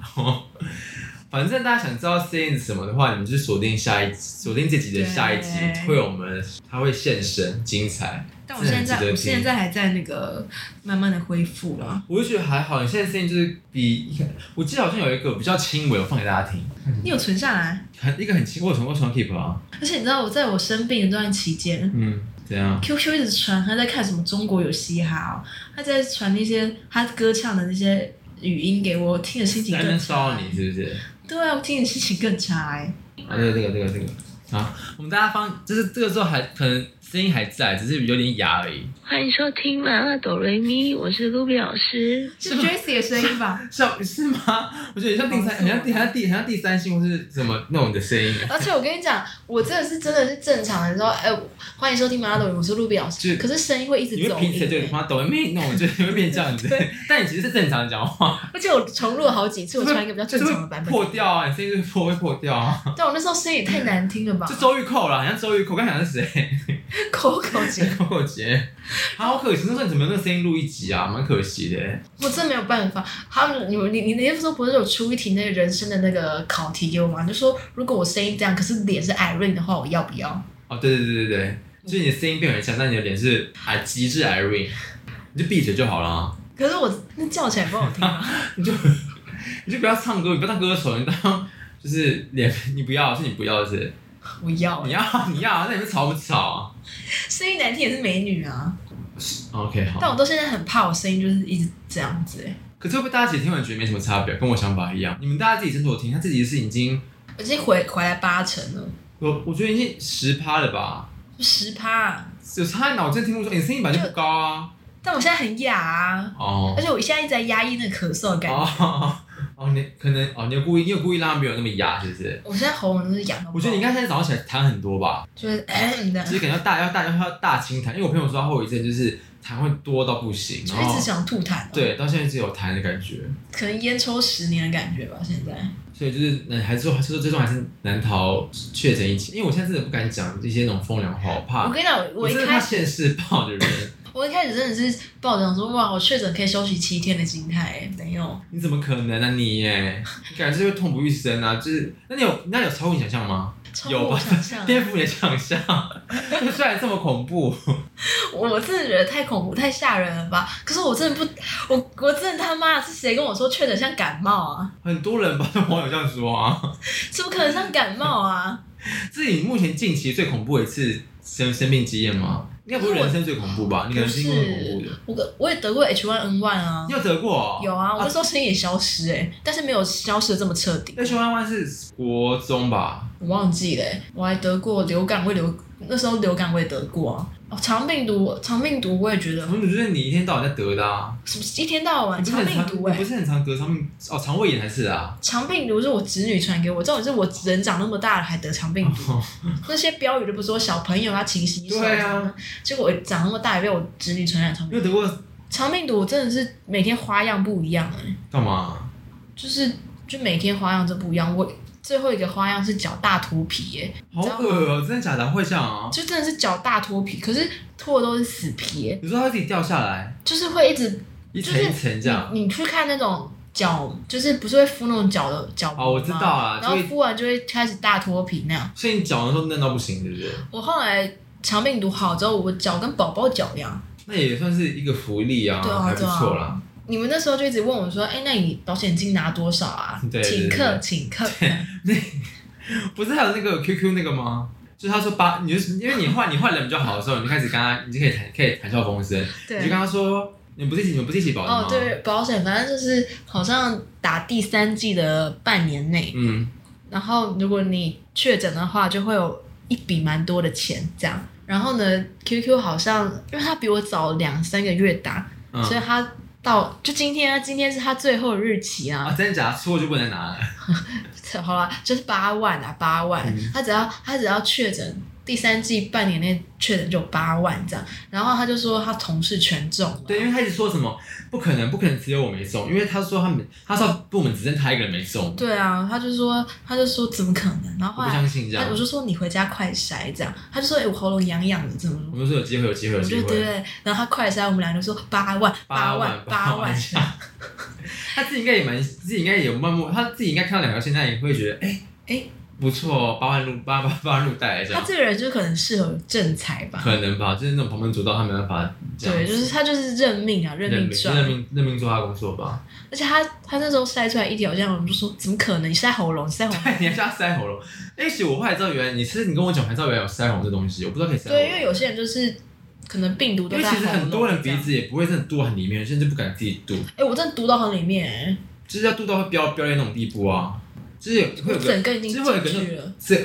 反正大家想知道声音是什么的话，你们就锁定下一锁定这集的下一集
对
会有我们，他会现身，精彩。
但我现
这很
在
值得
我
听
现在还在那个慢慢的恢复了。
我就觉得还好，你现在声音就是比一开，我记得好像有一个比较轻微，我放给大家听，
你有存下来？
很一个很轻，我有传过传 keep 啊，
而且你知道我在我生病的这段期间。
嗯，怎样？
QQ 一直传他在看什么中国有嘻哈、哦，他在传那些他歌唱的那些语音给我，听的心情
在那
更
边
差。
骚扰你是不是？
对啊，我听你心情更差哎、
啊，这个这个这个这个啊，我们大家放，就是这个时候还可能声音还在，只是有点哑而已。
欢迎收听麻辣哆瑞咪，我是 Ruby 老师。
是 Jessie 的声音吧？
像是吗？我觉得很像第三，很
哦是吗
像第，很像第，很像第三性或是什么那种的声音。啊
而且我跟你讲，我真的是真的是正常的时候，哎、欢迎收听麻辣抖音，我是露比老师。
就
可是声音会一直
你
走
会平时
音、
对你
哎
妈抖音妹那种，就会变这样 子。但你其实是正常讲话，
而且我重录了好几次，我传一个比较正常的版
就
本
是。 破掉啊，你声音就是破会破掉啊。
但我那时候声音也太难听了吧
就，周玉蔻啦，好像周玉蔻，刚想的是谁？
口口姐，
蔻蔻姐，啊，好可惜，那时候你怎么用那个声音录一集啊？蛮可惜的。
我真没有办法。他们你你你那时候不是有出一题那个人生的那个考题给我吗？就说如果我声音这样，可是脸是 Irene 的话，我要不要？
哦，对对对对对，就是你的声音变很像，但你的脸是啊极致 Irene，你就闭嘴就好了啊。
可是我那叫起来不好听啊。
你就 你就不要唱歌，你不要当歌手，你当就是脸，你不要，是你不要是，
我要、
你
哎
要你要，那你们吵不吵啊
声音难听也是美女啊。
？OK，
但
好。
我到现在很怕我声音就是一直这样子、欸，
可是会不会大家其实听完觉得没什么差别，跟我想法一样？你们大家自己斟酌听，他自己是已经，
我已经回回来八成了，
我我觉得已经十趴了吧，
十趴、
有差在脑真的听不出，你、声音本来就不高啊。
但我现在很哑啊，
哦
而且我现在一直在压抑那个咳嗽的感觉。
哦哦 哦，你可能哦，你有故意，你有故意让它没有那么哑，是不是？
我现在喉咙都是痒的。
我觉得你应该现在早上起来痰很多吧，
就是咳的，
其实感觉要大要大要大清痰，因为我朋友说他后遗症就是痰会多到不行，
就
然
一
后
直想吐痰。，哦
对到现在一直有痰的感觉，
可能烟抽十年的感觉吧。现在
所以就是嗯，还是说还是说最终还是难逃确诊疫情，因为我现在真的不敢讲这些那种风凉话，我怕
我跟你讲，我一
真的怕
开始
现世报的人，
我一开始真的是抱着想说哇，我确诊可以休息七天的心态、欸，没有。
你怎么可能呢、你耶，感觉就会痛不欲生啊！就是，那你有那有超乎你想象吗？
超
有
乎
吧
我想象，
颠覆你的想象， 虽然这么恐怖，
我真的觉得太恐怖、太吓人了吧？可是我真的不，我我真的他妈的是谁跟我说确诊像感冒啊？
很多人吧，网友这样说啊。
怎么可能像感冒啊？
这是你目前近期最恐怖的一次生生病经验吗？应该不是人生最恐怖吧？你可能是因为恐怖的。
我跟我也得过 H1N1 啊
你，有得过？
有啊，我那时候声音也消失哎、但是没有消失的这么彻底，
H 1 1是国中吧？
我忘记了、欸，我还得过流感，我也流那时候流感我也得过啊。哦，肠病毒，肠病毒我也觉得嗯
我，怎么觉得你一天到晚在得的啊？
什么一天到晚
你不是
肠
很常，
病毒
你
哎、
不是很常得肠病哦，肠胃炎还是 啊？
肠病毒是我侄女传给我，这种是我人长那么大了还得肠病 毒。那些标语都不是说小朋友要勤洗手，
对啊，
结果我长那么大也被我侄女传染肠
你
病
有
毒。
得过
肠病毒真的是每天花样不一样哎、
干嘛？
就是就每天花样真不一样。我最后一个花样是脚大脱皮哎、
好恶哦、真的假的？会这样啊？
就真的是脚大脱皮，可是脱的都是死皮、欸，
你说它自己掉下来，
就是会一直
一层一层这样。
你你去看那种脚，就是不是会敷那种脚的脚膜
哦我知
吗
道啊
然后
就会
敷完就会开始大脱皮那样。
所以你脚的时候嫩到不行，对不对？
我后来肠病毒好之后，我脚跟宝宝脚一样。
那也算是一个福利啊，
对啊
还不错啦。
你们那时候就一直问我说：“哎、那你保险金拿多少啊？”
对对
请客，
对
请客。
不是还有那个 QQ 那个吗？就是他说八，你就是因为你换你换人比较好的时候，你就开始跟他，你就可以谈可以谈笑风生，你就跟
对，
他说，你们不是一起你们不是一起保的吗？
哦，对，保险反正就是好像打第三季的半年内，
嗯，
然后如果你确诊的话，就会有一笔蛮多的钱这样。然后呢，QQ 好像因为他比我早两三个月打，
嗯
所以他到就今天啊，今天是他最后的日期啊
啊，。真的假的？错就不能拿了。
好了，就是八万啊，八万，
嗯
他只要他只要确诊第三季半年内确诊就八万这样，然后他就说他同事全中了，
对，因为他一直说什么不可能，不可能只有我没中，因为他说他们他说部门只剩他一个人没中，
对啊，他就说他就说怎么可能，然
我
后后
不
来
相信这样
他我。就说你回家快筛这样，他就说哎、我喉咙痒痒的怎么了
我？们说有机会，有机会，有
我
机
就对
会。
对，然后他快筛，我们俩就说八万
八
万
万
八
万
万，
下。他自己应该也蛮，自己应该也有慢慢，他自己应该看到两条线，他也会觉得，哎、哎、不错哦，八万入八八八万入袋来这
他
样，
这个人就可能适合正财吧，
可能吧，就是那种旁门左道，他没办法这样
对，
子。
就是他就是认命啊，认
认
命
命
赚，
认命认命做他的工作吧。
而且他他那时候筛出来一条这样，我们就说怎么可能？你筛喉咙，你筛喉咙。
哎， 你还叫他腮喉咙？哎，其实我后来知道，原来你是你跟我讲，才知道原来有腮红这东西，我不知道可以腮红。
对，因为有些人就是可能病毒
因
都
为
在
其实
喉
很
咙
多人
这
鼻
样。
子也不会真的嘟很里面，甚至不敢自己嘟，
哎、我真的毒到很里面、欸，
就是要嘟到会飙飙泪那种地步啊，就是有会
我
有个
整个已经
其实
进
会有一个
去了，
这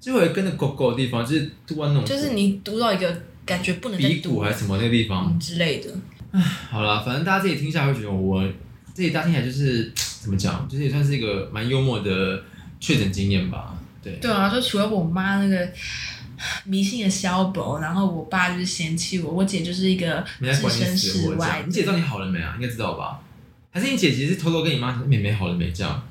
就会有跟着狗狗的地方，就是嘟到那种
就是你毒到一个感觉不能再
鼻
毒
骨还
了
是什么那个地方。
嗯之类的。
好啦，反正大家自己听下来会觉得我自己大家听起来就是怎么讲，就是也算是一个蛮幽默的确诊经验吧。对，
对啊，就除了我妈那个迷信的消博，然后我爸就是嫌弃我，我姐就是一个
没在
置
管你
身
死
事
活这
外
样。。你姐知道你好了没啊？应该知道吧？还是你姐其实是偷偷跟你妈说妹妹好了没这样？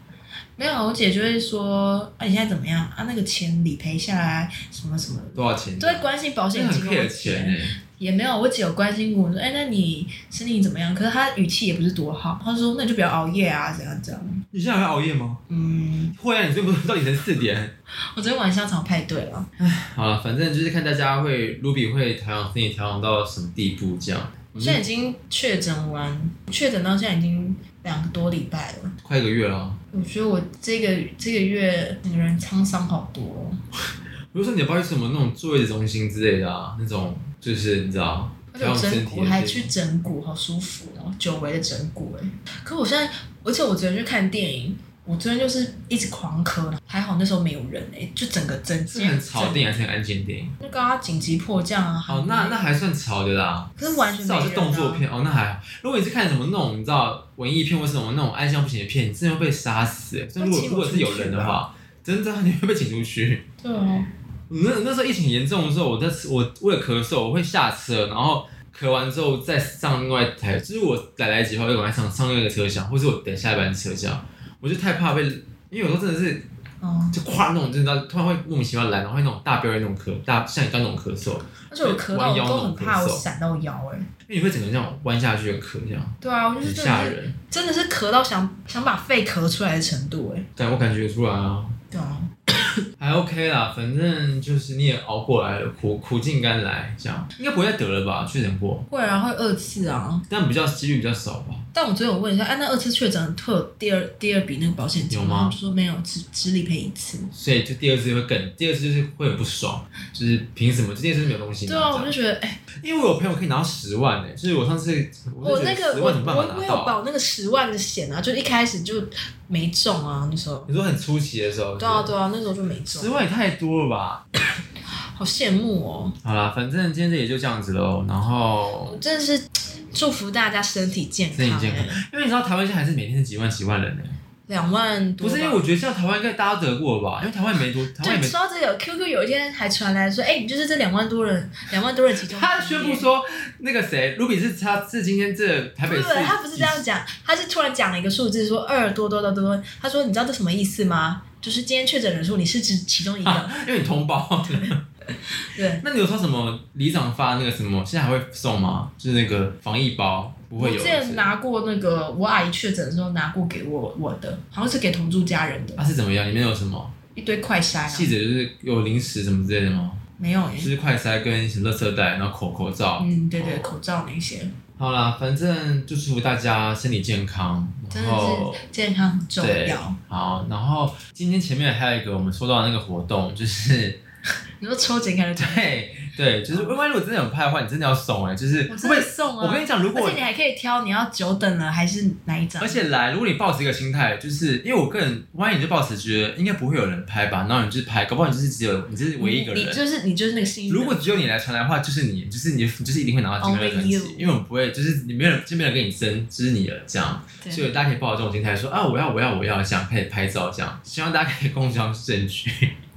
没有，我姐就会说：“啊，你现在怎么样啊？那个钱理赔下来什么什么的。”
多少钱？
都会关心保
真的
险
很
金跟我
care
姐
钱呢、欸
也没有，我姐有关心我说，哎、那你身体怎么样？可是她语气也不是多好，她说那你就不要熬夜啊，怎样怎样。
你现在还会熬夜吗？
嗯，
会啊，你最近不是到凌晨四点？
我昨天晚上场派对了，
好了，反正就是看大家会 Ruby 会调养身体调养到什么地步这样。我们
现在已经确诊完，确诊到现在已经两个多礼拜了。
快一个月了。
我觉得我这个这个月整个人沧桑好多哦、
比如说你要不要去什么那种坐月子中心之类的啊，那种就是你知道
而且
调
我
养身
整骨
体
我
的
还
地
去
方
整骨，好舒服哦，久违的整骨哎。可我现在，而且我昨天去看电影，我昨天就是一直狂咳，还好那时候没有人哎、就整个整
是
间
很吵的电影还是很安静的电影？
那个啊，紧急迫降啊，
哦，那那还算吵的啦。
可是完全
至
没
少
人、啊、
是动作片哦，那还好。如果你是看什么那种你知道文艺片或是什么那种暗香不行的片，你真的会被杀死欸。所以如果
那请我
如果是有人的话，真的你会被请出去。
对哦，
那那时候疫情严重的时候，我在我为了咳嗽，我会下车，然后咳完之后再上另外一台，就是我来来几号又赶快上上另外一个车厢，或是我等下一班车厢，我就太怕被，因为有时候真的是
嗯，
就夸那种，真的突然会莫名其妙来，然后会那种大飙的那种咳，大像你刚刚那种咳嗽，
而且我咳到
弯腰
我都很怕
那种
我
咳嗽
闪到腰哎、
因为你会整个这样弯下去的咳，这样
对啊，我就
很
是真
吓
的是
人。
真的是咳到想想把肺咳出来的程度哎、
但我感觉出来啊，
对啊，
还 OK 啦，反正就是你也熬过来了，苦苦尽甘来，这样应该不会再得了吧？确诊过，
会然后二次啊，
但比较几率比较少吧。
但我昨天有问一下，哎、那二次确诊会有第二第二笔那个保险金
有吗
他们就说没有，只只理赔一次。
所以就第二次会更，第二次就是会很不爽，就是凭什么？这件事没有东西拿。
对啊，
这
我
样
就觉得，哎、
因为我有朋友可以拿到十万呢、就是我上次
我
就
那
觉
个
得十
我
万怎么办法
我我
拿
有
到啊？
保那个十万的险啊，就一开始就没中啊，那时候。
你说很出奇的时候，
对啊对啊，那时候就没中
十，万也太多了吧？
好羡慕哦！
好啦，反正今天这也就这样子喽。然后
我，真的是祝福大家身体健康、
身体健康
哎
因为你知道台湾现在还是每天是几万几万人呢、
两万多
不
吧。
是因为我觉得像台湾应该大家都得过了吧？因为台湾也没多，台湾也
对，
没。
说到这个，QQ 有一天还传来说，哎、你就是这两万多人，两万多人其中之一。
他宣布说，那个谁，卢比是他是今天这台
不
北
是
市
不是，，他不是这样讲，他是突然讲了一个数字，说二多多多多多。他说，你知道这什么意思吗？就是今天确诊人数，你是指其中一个。
啊，因为你通 报。
对，
那你有说什么里长发那个什么，现在还会送吗？就是那个防疫包，不
我
会有。
之
是
前拿过那个，我阿姨确诊的时候拿过给我我的，好像是给同住家人的
啊它是怎么样？里面有什么？
一堆快筛
细则
啊，
就是有零食什么之类的吗？
没有
就
诶、
是快塞跟什么垃圾袋，然后口口罩。
嗯，对对，
哦
口罩那些
好啦，反正就祝福大家身体健康，
真
然
的
后
是健康很重
对
要。
好，然后今天前面还有一个我们说到的那个活动，就是
你说抽检开的，
对对，就是万一我真的有拍的话，你真的要送哎、就是
哦我
会
真
不
的
会？
送
我
啊
跟，你讲，如
而
果
且你还可以挑你要久等了还是哪一张，
而且来，如果你抱持一个心态，就是因为我个人，万一你就抱持觉得应该不会有人拍吧，然后你就是拍，搞不好你就是只有你就是唯一一个
嗯你你
人。
就是你就是那个幸运儿。
如果只有你来传来的话，就是你，就是你，就是一定会拿到金牌
Only
专辑
you，
因为我们不会，就是你没有人，就没有人跟你争，就是你了这样。
对
所以大家可以抱着这种心态说啊，我要我要我要这样，开始拍照这样，希望大家可以共享证 据。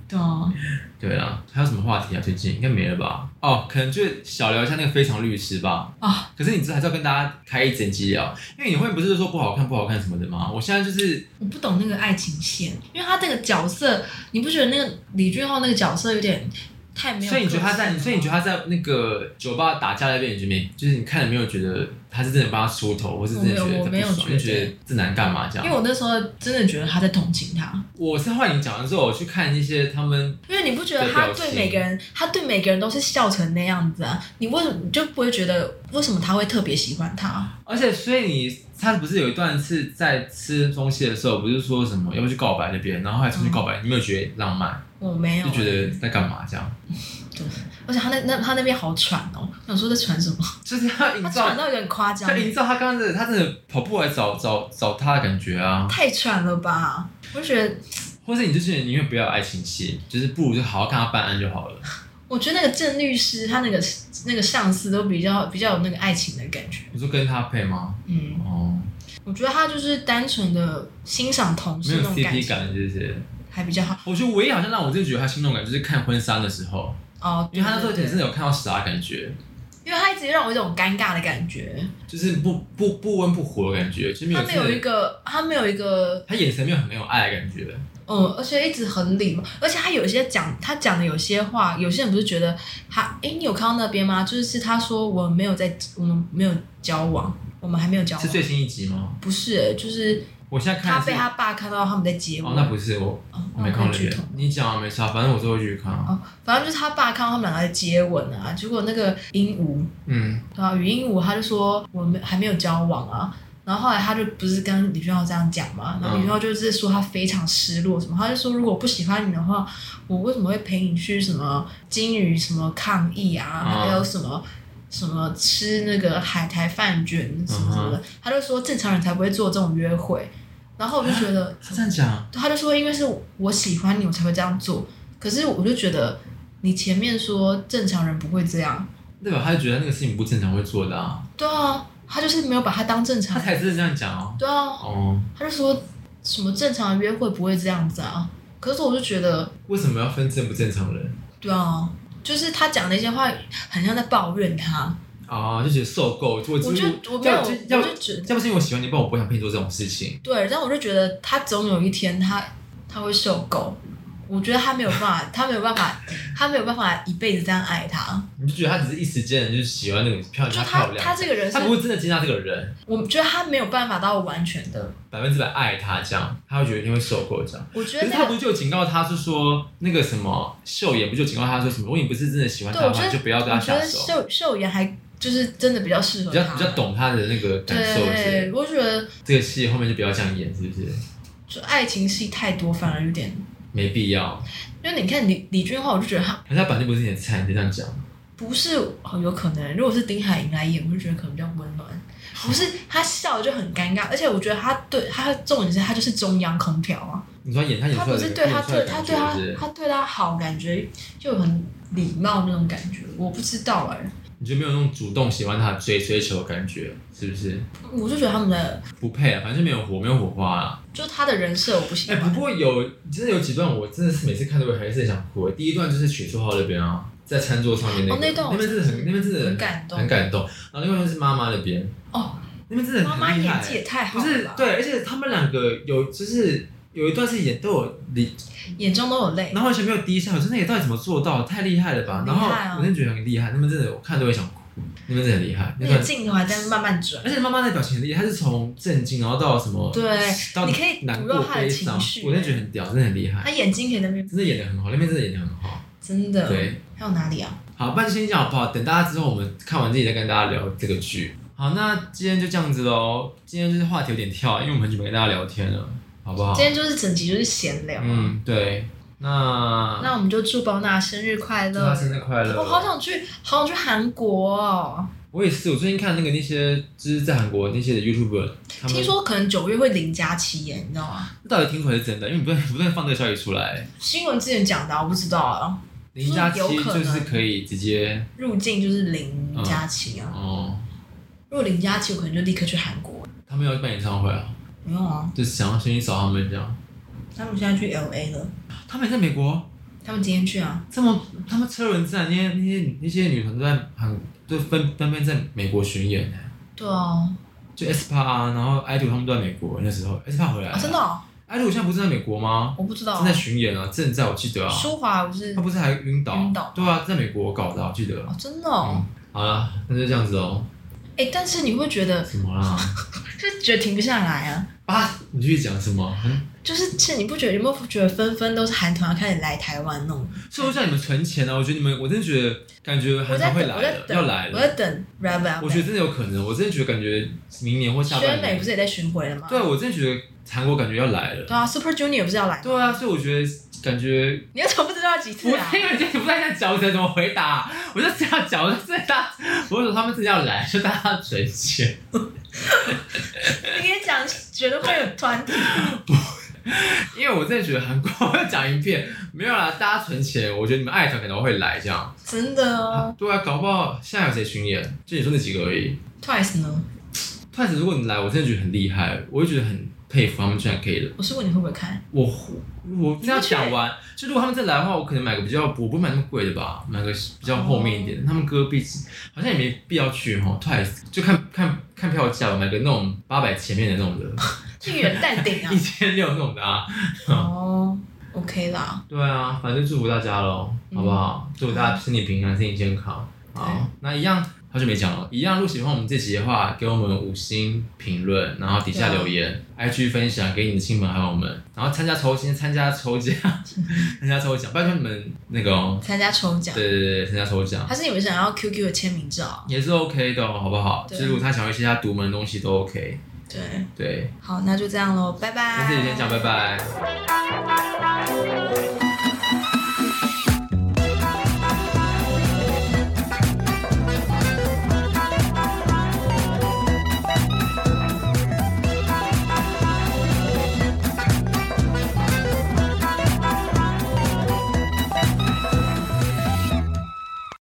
对啊，
对啊，还有什么话题啊？最近应该没了吧？哦，可能就小聊一下那个非常律师吧。
啊，
可是你这还是要跟大家开一整集聊，因为你会不是说不好看不好看什么的吗？我现在就是
我不懂那个爱情线，因为他这个角色，你不觉得那个李俊昊那个角色有点太没有
所
个
以
性了吗？啊
你觉得他在，所以你觉得他在那个酒吧打架那边，你觉得没？就是你看了没有觉得他是真的帮他出头，或是真的觉得
我
他
没有
不
我
爽，就
没有觉
觉
得
得这男干嘛这
因为
样？
我那时候真的觉得他在同情他，
我是后来你讲完之后，我去看一些他们
因为你不觉得他对每个人，他对每个人都是笑成那样子啊？你为什么你就不会觉得为什么他会特别喜欢他？
而且，所以你他不是有一段是在吃东西的时候，不是说什么要不去告白那边，然后还出去告白，你没有觉得浪漫，
我嗯没有欸
就，觉得在干嘛这样？
而且他那那他那边好喘哦，我想说在喘什么？
就是要营
他
造
喘，到有点夸张
要，营造他刚刚的他真的跑步来找找找他的感觉啊，
欸太喘了吧？我就觉得，
或者你就觉得宁愿不要爱情戏，就是不如就好好看他办案就好了。
我觉得那个郑律师他那个那个上司都比较比较有那个爱情的感觉，
你说跟他配吗？
嗯，
哦，
我觉得他就是单纯的欣赏同
没
事
有
那种感
CP
情，
感，是不是？
还比较好
我觉得唯一好像让我真的觉得他心动感，就是看婚纱的时候，
哦，
因为他那时候
对
真
对对
的有看到啥感觉。
因为他一直让我有一种尴尬的感觉。
就是不不不温不火的感觉，就没有
他没有一个，他没有一个，
他眼神没有很没有爱的感觉。
嗯，而且一直很礼貌，而且他有一些讲，他讲的有些话，有些人不是觉得他，哎，你有看到那边吗？就是是他说我们没有在，我们没有交往，我们还没有交
是
往，
最新一集吗？
不是、就是
我现在看
他
的是
被他爸看到他们在接吻，
哦，那不是我，
哦
我
那
没看过
我
那
剧
个
透。
你讲啊没差，反正我最后去看啊。
哦，反正就是他爸看到他们两个在接吻啊，结果那个鹦鹉，
嗯，
对啊，语音五他就说我们还没有交往啊。然后后来他就不是跟李俊昊这样讲嘛，然后
嗯
李俊昊就是说他非常失落什么，他就说如果不喜欢你的话，我为什么会陪你去什么金鱼什么抗议啊，
嗯
还有什么什么
嗯
吃那个海苔饭卷什么什么的，他就说正常人才不会做这种约会。然后我就觉 得，
他这样讲，
他就说因为是我喜欢你，我才会这样做。可是我就觉得你前面说正常人不会这样，
代表他就觉得那个事情不正常会做的啊，
对啊，他就是没有把他当正
他
常人，
才真的这样讲哦。
对啊，
哦，
他就说什么正常的约会不会这样子啊。可是我就觉得，
为什么要分正不正常人？
对啊，就是他讲的一些话，很像在抱怨他。
啊，就觉得受够，我
我
就
就我没有，
要要
我就觉得
要不是因为我喜欢你，不然我不会想陪你做这种事情。
对，但我就觉得他总有一天他他会受够。我觉得他没有办法，他没有办法，他没有办法一辈子这样爱他。
你就觉得他只是一时间就是喜欢那个漂
就
亮，
他
漂亮，
他这个人是
他，不会真的接纳这个人，
我觉得他没有办法到完全的。
百分之百爱他这样，他会觉得一定会受够这样。
我觉
可
得
是他
那
不
个，
是就警告他是说那个什么秀妍不就警告他说什么，如果你不是真的喜欢他
对，我
的
觉
话，
得
你就不要对他
我觉
下
得
手，
秀秀妍还就是真的比较适合
比较
他，
比较。懂他的那个感受之类
对，
的。
我觉得
这个戏后面就不要这样演，是不是？
就爱情戏太多，反而有点。
没必要。
因为你看李李俊浩，我就觉得他
可是他本来就不是你的菜，你就这样讲。
不是很有可能。如果是丁海寅来演，我就觉得可能比较温 暖。不是他笑就很尴尬，而且我觉得他对他重点是他就是中央空调啊，
你说他演他演
他
出
不
来
是
的，
对他
演出来
对
的
他
感
对
觉，
他
是不是
他对他好，感觉就很礼貌那种感觉。我不知道哎、
你就没有那种主动喜欢他追追求的感觉，是不是？
我就觉得他们的
不配啊，反正就没有火，没有火花啊。
就他的人设我不喜
哎、
欢。
不过有真的有几段，我真的是每次看都会还是很想哭。第一段就是许书豪那边啊，在餐桌上面那个，
哦那段我
边真的很，那边真的
很感动
很感动。然后另外一段是妈妈那边，
哦，
那边真的
妈
很
妈
厉害
演技也太好
不
了吧，
是对，而且他们两个有就是有一段是演都有理，
眼中都有泪。
然后完全没有低下，我真的也到底怎么做到，太厉害了吧？
厉
然后
害啊
我真的觉得很厉害，那边真的我看都会想哭，那边真的很厉害。
那
那
个
段
镜头还在慢慢转，
而且妈妈的表情很厉害，她是从震惊然后到什么，
对
到
你可以
难
读
过
到她的
悲伤
情绪，欸哎
我真的觉得很屌，真的很厉
他
害，
眼睛可以在那边，
真的演的很好，那边真的演的很好。
真的。
对，
还有哪里啊？
好，那就先讲好不好？等大家之后我们看完这集再跟大家聊这个剧。好，那今天就这样子喽。今天就是话题有点跳，因为我们很久没跟大家聊天了，好不好
今？天就是整集就是闲聊。啊
嗯，对。那
那我们就祝宝娜生日快
祝
乐
他！生日快乐！
我好想去，好想去韩国哦！
我也是，我最近看那个那些就是在韩国那些的 YouTuber，他们
听说可能九月会零假期耶，你知道吗？
到底听出来是真的，因为不断 不断放这个消息出来，
新闻之前讲的啊，我不知道啊。
零加七
有可
就
能
是可以直接
入境就是零假期啊，
哦，
如果零假期，我可能就立刻去韩国。
他们要办演唱会啊，
没有啊，
就是想要先去找他们这样。
他们现在去 L A 了，
他们也在美国，
他们今天去啊。
这么他们车轮战那些那些那些女团都在韩，都分分别在美国巡演呢、
对啊，
就 S 帕啊，然后 idol 他们都在美国那时候，S 帕回来了、
啊真的哦，
idol 现在不是在美国吗？
我不知道啊
正。在巡演啊，正在我记得啊，
舒华我是
他不是还晕倒？
晕倒
对啊，在美国搞的啊，我记得。
哦，真的哦。
嗯，好了，那就这样子哦。
哎，但是你会觉得
怎么 啦？
就觉得停不下来啊。
啊，你继续讲什么？嗯
就是，其实你不觉得有没有觉得纷纷都是韩团要开始来台湾弄？
所以我叫你们存钱啊！我觉得你们，我真的觉得感觉
我
韩
在
团会
等，
来
我在
了，
等，
要来
我在
了。
等 Rava。
我觉得真的有可能，我真的觉得感觉明年或下
选
半
美不
年，
是也在巡回了吗？
对啊我真的觉得韩国感觉要来了。
对啊，Super Junior 不是要来？
对啊，所以我觉得感觉
你又怎么不知道几
我
次啊
因？为你不在那讲，我才怎么回答？ 我就这样讲，我就这样，我说他们真的要来，就大家存钱。
你跟你讲，绝对会有团体。
因为我真的觉得韩国讲一遍没有啦，大家存钱，我觉得你们爱团可能会来这样。
真的哦
对啊，搞不好现在有谁巡演，就你说那几个而已。
，Twice 呢？
太子，如果你来，我真的觉得很厉害，我就觉得很佩服他们居然可以了。
我是问你会不会看？
我我这样讲完，就如果他们再来的话，我可能买个比较，我不会买那么贵的吧，买个比较后面一点的。他们隔壁好像也没必要去哈，Twice 就看看看票价吧，买个那种八百前面的那种的，
一元淡定 啊
一。千六那种的啊。
哦，OK 啦，
对啊，反正祝福大家喽，
嗯
好不好？祝福大家身体平安，身体健康。好，那一样好久没讲了，一样。如果喜欢我们这集的话，给我们五星评论，然后底下
对啊
留言、i g 分享给你的亲朋好友们，然后参加抽签，参加抽 奖，参加抽奖，拜托你们那个、哦，
参加抽奖，
对对对，参加抽奖
还是你们想要 QQ 的签名照？
也是 OK 的、哦，好不好？就
对
是如果他想要一些他独门的东西都 OK。
对，
对，
好，那就这样喽，拜拜。
那这集先讲，拜拜。